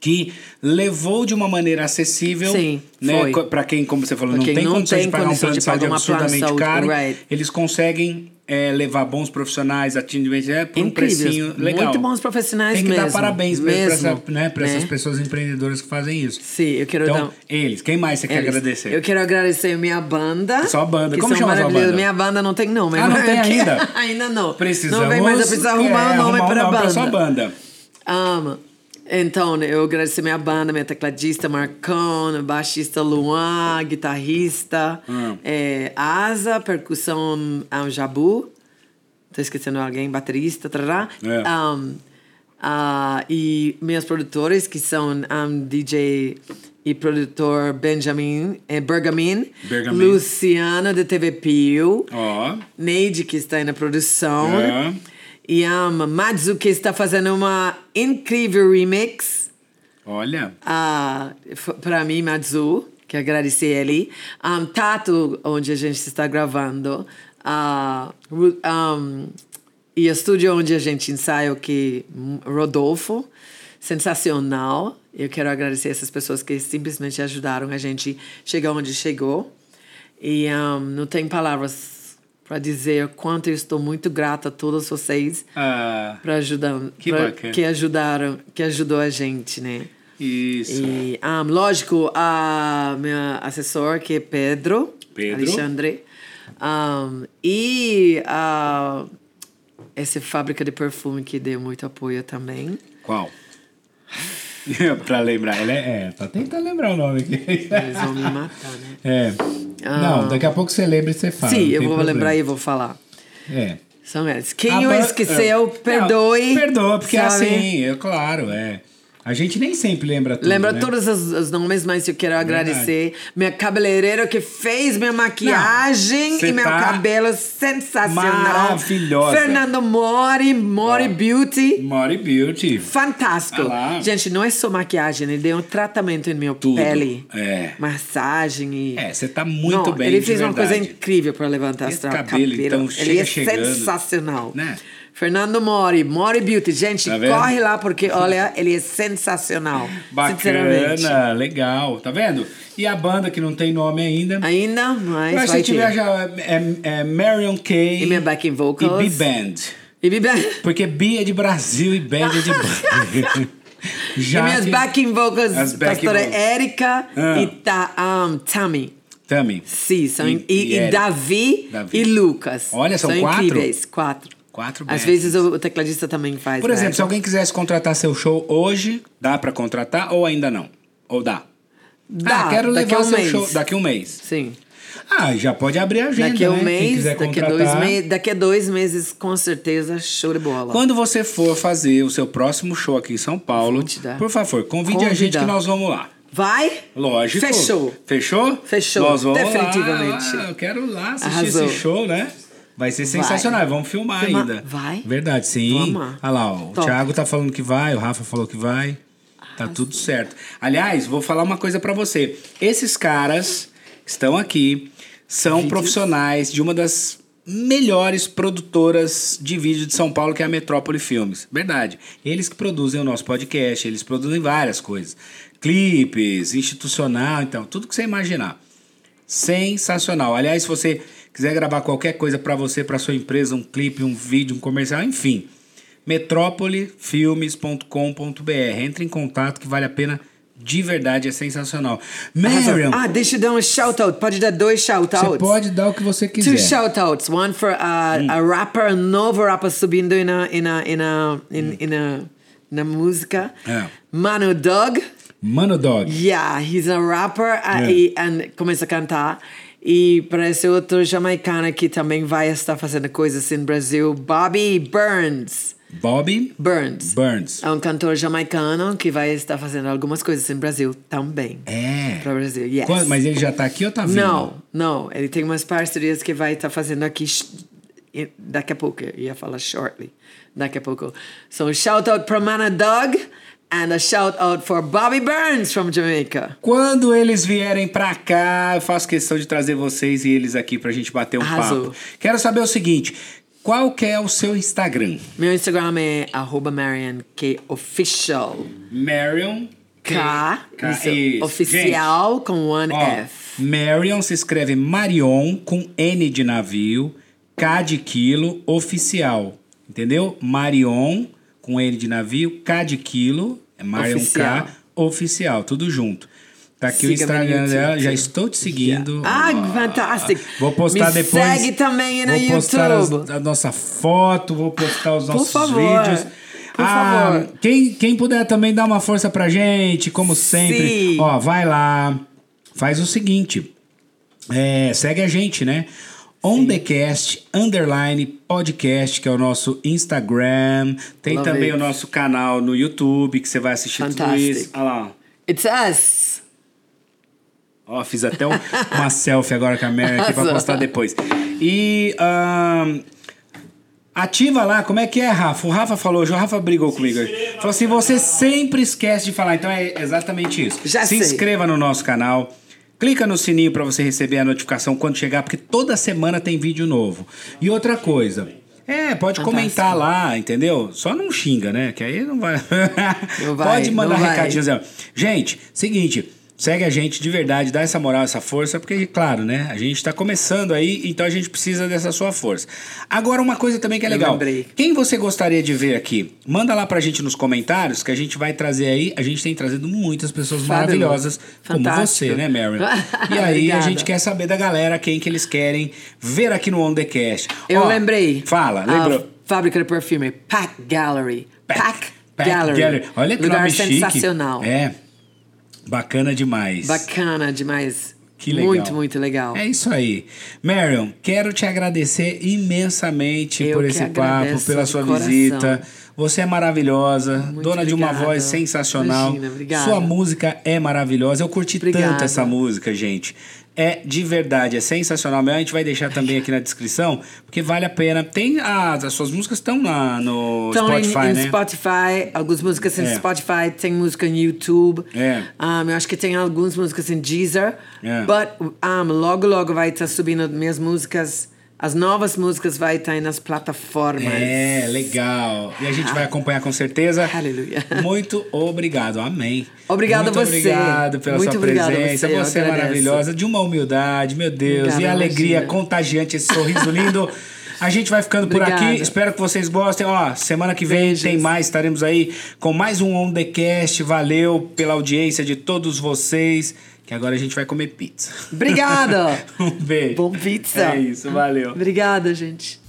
[SPEAKER 1] que levou de uma maneira acessível,
[SPEAKER 2] Sim,
[SPEAKER 1] né,
[SPEAKER 2] foi.
[SPEAKER 1] para quem, como você falou,
[SPEAKER 2] Pra
[SPEAKER 1] não
[SPEAKER 2] quem
[SPEAKER 1] tem
[SPEAKER 2] não
[SPEAKER 1] condições de
[SPEAKER 2] tem
[SPEAKER 1] pagar um
[SPEAKER 2] condição
[SPEAKER 1] plano de
[SPEAKER 2] de
[SPEAKER 1] saúde
[SPEAKER 2] pagar uma plano de
[SPEAKER 1] absurdamente
[SPEAKER 2] saúde,
[SPEAKER 1] caro,
[SPEAKER 2] right.
[SPEAKER 1] eles conseguem é, levar bons profissionais, atendimento é, por um
[SPEAKER 2] Incríveis,
[SPEAKER 1] precinho legal.
[SPEAKER 2] muito bons profissionais
[SPEAKER 1] Tem que dar
[SPEAKER 2] mesmo,
[SPEAKER 1] parabéns mesmo, para
[SPEAKER 2] mesmo,
[SPEAKER 1] né, pra
[SPEAKER 2] né?
[SPEAKER 1] essas pessoas empreendedoras que fazem isso.
[SPEAKER 2] sim, eu quero
[SPEAKER 1] Então,
[SPEAKER 2] dar. um-
[SPEAKER 1] eles, quem mais você quer
[SPEAKER 2] Eles.
[SPEAKER 1] agradecer?
[SPEAKER 2] Eu quero agradecer minha banda.
[SPEAKER 1] Sua banda.
[SPEAKER 2] que
[SPEAKER 1] Como
[SPEAKER 2] são
[SPEAKER 1] chama sua
[SPEAKER 2] maravilhosos.
[SPEAKER 1] banda?
[SPEAKER 2] Minha banda não tem nome.
[SPEAKER 1] Ah, não
[SPEAKER 2] [laughs]
[SPEAKER 1] tem ainda?
[SPEAKER 2] ainda não.
[SPEAKER 1] Precisamos.
[SPEAKER 2] Não vem, mas eu preciso
[SPEAKER 1] é,
[SPEAKER 2] arrumar um nome
[SPEAKER 1] arrumar
[SPEAKER 2] para a
[SPEAKER 1] pra sua
[SPEAKER 2] banda.
[SPEAKER 1] banda.
[SPEAKER 2] Ama. Então, eu agradeço minha banda, minha tecladista Marcão, baixista Luan, guitarrista,
[SPEAKER 1] Hum.
[SPEAKER 2] eh, Asa, percussão ah, Jabu, tô esquecendo alguém, baterista, tarará.
[SPEAKER 1] É.
[SPEAKER 2] Ahm, ah, e meus produtores, que são ahm, DJ e produtor Benjamin eh, Bergamin,
[SPEAKER 1] Bergamin.
[SPEAKER 2] Luciano da TV Pio,
[SPEAKER 1] Ó.
[SPEAKER 2] Neide, que está aí na produção.
[SPEAKER 1] É.
[SPEAKER 2] E a Matsu, que está fazendo uma incrível remix
[SPEAKER 1] Olha.
[SPEAKER 2] ah, f- pra mim, Matsu, que agradecer ele. Um, Tato, onde a gente está gravando. ah, Ru- um, e o estúdio onde a gente ensaia, que Rodolfo. sensacional. Eu quero agradecer essas pessoas que simplesmente ajudaram a gente chegar onde chegou. E um, não tem palavras para dizer o quanto eu estou muito grata a todos vocês
[SPEAKER 1] Ah,
[SPEAKER 2] para ajudar,
[SPEAKER 1] Que
[SPEAKER 2] pra-
[SPEAKER 1] bacana.
[SPEAKER 2] que ajudaram, que ajudou a gente, né?
[SPEAKER 1] isso.
[SPEAKER 2] E, ah, lógico, a minha assessor, que é Pedro,
[SPEAKER 1] Pedro.
[SPEAKER 2] Alexandre. Um, e ah, essa fábrica de perfume que deu muito apoio também.
[SPEAKER 1] Qual? [laughs] pra lembrar. Ele é, é, tá tentando lembrar o nome aqui. [laughs]
[SPEAKER 2] Eles vão me matar, né?
[SPEAKER 1] É. Não, daqui a pouco você lembra e você fala.
[SPEAKER 2] Ah. Sim,
[SPEAKER 1] Tá, não
[SPEAKER 2] eu
[SPEAKER 1] tem
[SPEAKER 2] vou
[SPEAKER 1] problema.
[SPEAKER 2] lembrar e vou falar.
[SPEAKER 1] É.
[SPEAKER 2] São eles. Quem
[SPEAKER 1] A
[SPEAKER 2] eu
[SPEAKER 1] ban-
[SPEAKER 2] esqueceu,
[SPEAKER 1] é. Não,
[SPEAKER 2] perdoe.
[SPEAKER 1] perdoa, porque é
[SPEAKER 2] sabe?
[SPEAKER 1] assim, é claro, é. A gente nem sempre lembra tudo.
[SPEAKER 2] Lembra
[SPEAKER 1] né?
[SPEAKER 2] todos os, os nomes, mas eu quero agradecer minha cabeleireira que fez minha maquiagem
[SPEAKER 1] Não, cê
[SPEAKER 2] e meu
[SPEAKER 1] tá
[SPEAKER 2] cabelo sensacional.
[SPEAKER 1] maravilhosa.
[SPEAKER 2] Fernando Mori, Mori Beauty.
[SPEAKER 1] Mori Beauty.
[SPEAKER 2] Fantástico.
[SPEAKER 1] Ah lá.
[SPEAKER 2] Gente, não é só maquiagem, ele deu um tratamento em minha
[SPEAKER 1] Tudo.
[SPEAKER 2] pele.
[SPEAKER 1] É.
[SPEAKER 2] Massagem e.
[SPEAKER 1] É, você tá muito
[SPEAKER 2] Não,
[SPEAKER 1] bem,
[SPEAKER 2] Ele
[SPEAKER 1] de
[SPEAKER 2] fez uma coisa
[SPEAKER 1] verdade.
[SPEAKER 2] incrível para levantar
[SPEAKER 1] Esse
[SPEAKER 2] tra-
[SPEAKER 1] cabelo, então,
[SPEAKER 2] ele
[SPEAKER 1] chega
[SPEAKER 2] é
[SPEAKER 1] chegando,
[SPEAKER 2] sensacional.
[SPEAKER 1] né?
[SPEAKER 2] Fernando Mori, Mori Beauty. Gente,
[SPEAKER 1] Tá vendo?
[SPEAKER 2] corre lá
[SPEAKER 1] [laughs]
[SPEAKER 2] porque, olha, ele é sensacional. Sinceramente.
[SPEAKER 1] Bacana, legal, tá vendo? E a banda que não tem nome ainda.
[SPEAKER 2] Ainda, mas.
[SPEAKER 1] Mas
[SPEAKER 2] vai
[SPEAKER 1] se tiver já é, é Marion Kay
[SPEAKER 2] E minha backing vocals.
[SPEAKER 1] e B-Band.
[SPEAKER 2] E, minha...
[SPEAKER 1] Porque B é de Brasil e Band é de
[SPEAKER 2] [laughs]
[SPEAKER 1] banda.
[SPEAKER 2] e minhas
[SPEAKER 1] que-
[SPEAKER 2] backing vocals,
[SPEAKER 1] As backing
[SPEAKER 2] pastora
[SPEAKER 1] vocals.
[SPEAKER 2] Érica
[SPEAKER 1] Ah.
[SPEAKER 2] e ta, um, Tammy.
[SPEAKER 1] Também.
[SPEAKER 2] Sim, são,
[SPEAKER 1] E-
[SPEAKER 2] e,
[SPEAKER 1] e
[SPEAKER 2] e
[SPEAKER 1] Érica.
[SPEAKER 2] Davi,
[SPEAKER 1] Davi.
[SPEAKER 2] e Lucas.
[SPEAKER 1] Olha, são quatro?
[SPEAKER 2] incríveis, quatro.
[SPEAKER 1] Quatro
[SPEAKER 2] Às
[SPEAKER 1] backings.
[SPEAKER 2] vezes é o o tecladista também faz. né? Tipo,
[SPEAKER 1] Por exemplo,
[SPEAKER 2] backing.
[SPEAKER 1] se alguém quisesse contratar seu show hoje, dá pra contratar ou ainda não? Ou dá?
[SPEAKER 2] Dá,
[SPEAKER 1] ah, quero
[SPEAKER 2] daqui
[SPEAKER 1] levar
[SPEAKER 2] a
[SPEAKER 1] o
[SPEAKER 2] um
[SPEAKER 1] seu
[SPEAKER 2] mês.
[SPEAKER 1] show daqui a um mês.
[SPEAKER 2] Sim.
[SPEAKER 1] Ah, já pode abrir a agenda,
[SPEAKER 2] Daqui a um
[SPEAKER 1] né? Quem
[SPEAKER 2] mês,
[SPEAKER 1] quiser
[SPEAKER 2] daqui a,
[SPEAKER 1] contratar.
[SPEAKER 2] dois me... daqui a dois meses, com certeza, show de bola.
[SPEAKER 1] Quando você for fazer o seu próximo show aqui em São Paulo,
[SPEAKER 2] Vou te dar.
[SPEAKER 1] por favor, convide a
[SPEAKER 2] Convida.
[SPEAKER 1] gente que nós vamos lá.
[SPEAKER 2] Vai?
[SPEAKER 1] Lógico.
[SPEAKER 2] Fechou.
[SPEAKER 1] Fechou?
[SPEAKER 2] Fechou,
[SPEAKER 1] Nós vamos
[SPEAKER 2] definitivamente.
[SPEAKER 1] Lá. Eu quero lá assistir
[SPEAKER 2] Arrasou.
[SPEAKER 1] esse show, né? Vai ser
[SPEAKER 2] Vai.
[SPEAKER 1] sensacional. Vamos filmar
[SPEAKER 2] Filma-
[SPEAKER 1] ainda.
[SPEAKER 2] Vai?
[SPEAKER 1] Verdade, sim.
[SPEAKER 2] Vamos lá.
[SPEAKER 1] Olha lá, ó, o
[SPEAKER 2] Top.
[SPEAKER 1] Thiago tá falando que vai, o Rafa falou que vai. Tá tudo certo. Aliás, vou falar uma coisa pra você. Esses caras estão aqui, são profissionais de uma das melhores produtoras de vídeo de São Paulo, que é a Metrópole Filmes. Verdade. Eles que produzem o nosso podcast, eles produzem várias coisas. Clipes, institucional, então, tudo que você imaginar. Sensacional. Aliás, se você quiser gravar qualquer coisa pra você, pra sua empresa, um clipe, um vídeo, um comercial, enfim. metrópolifilmes.com.br. Entre em contato que vale a pena de verdade, é sensacional.
[SPEAKER 2] Arrasou.
[SPEAKER 1] Marion,
[SPEAKER 2] Ah, deixa eu dar um shout-out. Pode dar dois shout-outs.
[SPEAKER 1] você pode Hum. dar o que você quiser.
[SPEAKER 2] Two shout-outs. One for a, a rapper, a novo rapper subindo em a, em a, em a, em, em a, na música.
[SPEAKER 1] Hum. É.
[SPEAKER 2] Mano Dog.
[SPEAKER 1] Mano Dog.
[SPEAKER 2] Yeah, he's a rapper. ah,
[SPEAKER 1] É.
[SPEAKER 2] E and começa a cantar. E parece outro jamaicano que também vai estar fazendo coisas no Brasil. Bobby Burns.
[SPEAKER 1] Bob
[SPEAKER 2] Burns.
[SPEAKER 1] Burns.
[SPEAKER 2] É um cantor jamaicano que vai estar fazendo algumas coisas no Brasil também.
[SPEAKER 1] É.
[SPEAKER 2] Para o Brasil, yes.
[SPEAKER 1] Quando- Mas ele já tá aqui ou tá vindo?
[SPEAKER 2] Não, não. Ele tem umas parcerias que vai estar fazendo aqui sh- e- daqui a pouco. Eu ia falar shortly. Daqui a pouco. So, shout out para Mana Dog and a shout out for Bobby Burns from Jamaica.
[SPEAKER 1] Quando eles vierem pra cá, eu faço questão de trazer vocês e eles aqui pra gente bater um
[SPEAKER 2] Arrasou.
[SPEAKER 1] papo. Quero saber o seguinte, qual que é o seu Instagram?
[SPEAKER 2] Meu Instagram é arroba Marian K Official.
[SPEAKER 1] Marion
[SPEAKER 2] K,
[SPEAKER 1] K-
[SPEAKER 2] isso,
[SPEAKER 1] isso.
[SPEAKER 2] oficial com one
[SPEAKER 1] Gente, ó,
[SPEAKER 2] F.
[SPEAKER 1] Marion se escreve Marion com N de navio, K de quilo, oficial. Entendeu? Marion com N de navio, K de quilo, é Marion
[SPEAKER 2] Oficial.
[SPEAKER 1] K, oficial, tudo junto. Tá aqui o
[SPEAKER 2] Siga-me no
[SPEAKER 1] Instagram
[SPEAKER 2] YouTube.
[SPEAKER 1] dela, já estou te seguindo.
[SPEAKER 2] Ah,
[SPEAKER 1] Ó,
[SPEAKER 2] fantástico.
[SPEAKER 1] Vou postar
[SPEAKER 2] Me
[SPEAKER 1] depois.
[SPEAKER 2] segue também no
[SPEAKER 1] Vou postar as-
[SPEAKER 2] YouTube.
[SPEAKER 1] a nossa foto, vou postar os nossos
[SPEAKER 2] favor,
[SPEAKER 1] vídeos.
[SPEAKER 2] por
[SPEAKER 1] Ah,
[SPEAKER 2] favor.
[SPEAKER 1] Quem, quem puder também dar uma força pra gente, como sempre.
[SPEAKER 2] Sim.
[SPEAKER 1] Ó, vai lá, faz o seguinte. é, segue a gente, né? On the cast, underline podcast, que é o nosso Instagram. Tem
[SPEAKER 2] Love
[SPEAKER 1] também
[SPEAKER 2] it.
[SPEAKER 1] o nosso canal no YouTube, que você vai assistir tudo
[SPEAKER 2] Fantastic.
[SPEAKER 1] isso. Olha lá.
[SPEAKER 2] It's us.
[SPEAKER 1] Ó, fiz até um-
[SPEAKER 2] [laughs]
[SPEAKER 1] uma selfie agora com a Mary aqui pra
[SPEAKER 2] Arrasou.
[SPEAKER 1] postar depois. E ahn, ativa lá, como é que é, Rafa? O Rafa falou, hoje, o Rafa brigou comigo. hoje. Falou assim, você sempre esquece de falar. Então é exatamente isso.
[SPEAKER 2] Já
[SPEAKER 1] Se
[SPEAKER 2] sei.
[SPEAKER 1] inscreva no nosso canal. Clica no sininho pra você receber a notificação quando chegar, porque toda semana tem vídeo novo. E outra coisa, É, pode
[SPEAKER 2] Fantástico.
[SPEAKER 1] comentar lá, entendeu? Só não xinga, né? Que aí não vai.
[SPEAKER 2] Não vai,
[SPEAKER 1] [laughs] pode mandar
[SPEAKER 2] não vai.
[SPEAKER 1] recadinhos. ó. né? Gente, seguinte. Segue a gente de verdade, dá essa moral, essa força, porque, claro, né? A gente tá começando aí, então a gente precisa dessa sua força. Agora, uma coisa também que é
[SPEAKER 2] Eu
[SPEAKER 1] legal.
[SPEAKER 2] lembrei.
[SPEAKER 1] Quem você gostaria de ver aqui? Manda lá pra gente nos comentários, que a gente vai trazer aí. A gente tem trazido muitas pessoas
[SPEAKER 2] Fábio,
[SPEAKER 1] maravilhosas, como você,
[SPEAKER 2] fantástico.
[SPEAKER 1] né,
[SPEAKER 2] [laughs]
[SPEAKER 1] Mary? E aí a
[SPEAKER 2] Obrigada.
[SPEAKER 1] gente quer saber da galera quem que eles querem ver aqui no On The Cast.
[SPEAKER 2] Eu
[SPEAKER 1] Ó,
[SPEAKER 2] lembrei. Ah,
[SPEAKER 1] Fala,
[SPEAKER 2] A
[SPEAKER 1] lembrou.
[SPEAKER 2] fábrica de perfume, Pack Gallery. Pack,
[SPEAKER 1] Pack
[SPEAKER 2] Gallery.
[SPEAKER 1] Olha que
[SPEAKER 2] Lugar
[SPEAKER 1] nome chique.
[SPEAKER 2] sensacional.
[SPEAKER 1] É. Bacana demais.
[SPEAKER 2] Bacana demais.
[SPEAKER 1] Que legal.
[SPEAKER 2] Muito, muito legal.
[SPEAKER 1] É isso aí. Marion, quero te agradecer imensamente
[SPEAKER 2] Eu
[SPEAKER 1] por
[SPEAKER 2] que
[SPEAKER 1] esse papo,
[SPEAKER 2] agradeço
[SPEAKER 1] pela
[SPEAKER 2] de
[SPEAKER 1] sua
[SPEAKER 2] coração.
[SPEAKER 1] visita. Você é maravilhosa, dona de uma
[SPEAKER 2] obrigada.
[SPEAKER 1] voz sensacional.
[SPEAKER 2] Imagina, obrigada.
[SPEAKER 1] Sua música é maravilhosa. Eu curti tanto
[SPEAKER 2] Obrigada.
[SPEAKER 1] essa música, gente. É de verdade, é sensacional. mesmo. A gente vai deixar também aqui na descrição, porque vale a pena. Tem as, as suas músicas estão lá no
[SPEAKER 2] Então, em-
[SPEAKER 1] Spotify,
[SPEAKER 2] em,
[SPEAKER 1] né?
[SPEAKER 2] Spotify, algumas músicas em
[SPEAKER 1] É.
[SPEAKER 2] Spotify, tem música em YouTube.
[SPEAKER 1] É.
[SPEAKER 2] Um, eu acho que tem algumas músicas em Deezer.
[SPEAKER 1] É.
[SPEAKER 2] But um, logo, logo vai estar subindo minhas músicas. As novas músicas vai estar aí nas plataformas.
[SPEAKER 1] É, legal. E a gente vai acompanhar com certeza.
[SPEAKER 2] Aleluia.
[SPEAKER 1] Muito obrigado. Amém.
[SPEAKER 2] Obrigado
[SPEAKER 1] Muito
[SPEAKER 2] a você.
[SPEAKER 1] obrigado pela
[SPEAKER 2] Muito
[SPEAKER 1] sua
[SPEAKER 2] obrigada a
[SPEAKER 1] presença.
[SPEAKER 2] você, eu
[SPEAKER 1] é
[SPEAKER 2] agradeço.
[SPEAKER 1] maravilhosa, de uma humildade, meu Deus.
[SPEAKER 2] Obrigada,
[SPEAKER 1] e a alegria
[SPEAKER 2] imagina.
[SPEAKER 1] contagiante, esse sorriso lindo. A gente vai ficando por
[SPEAKER 2] Obrigada.
[SPEAKER 1] aqui. Espero que vocês gostem. Ó, semana que vem
[SPEAKER 2] Beijos.
[SPEAKER 1] tem mais. Estaremos aí com mais um On The Cast. Valeu pela audiência de todos vocês. Que agora a gente vai comer pizza.
[SPEAKER 2] Obrigada!
[SPEAKER 1] [laughs] um beijo.
[SPEAKER 2] Bom pizza.
[SPEAKER 1] É isso, valeu.
[SPEAKER 2] Obrigada, gente.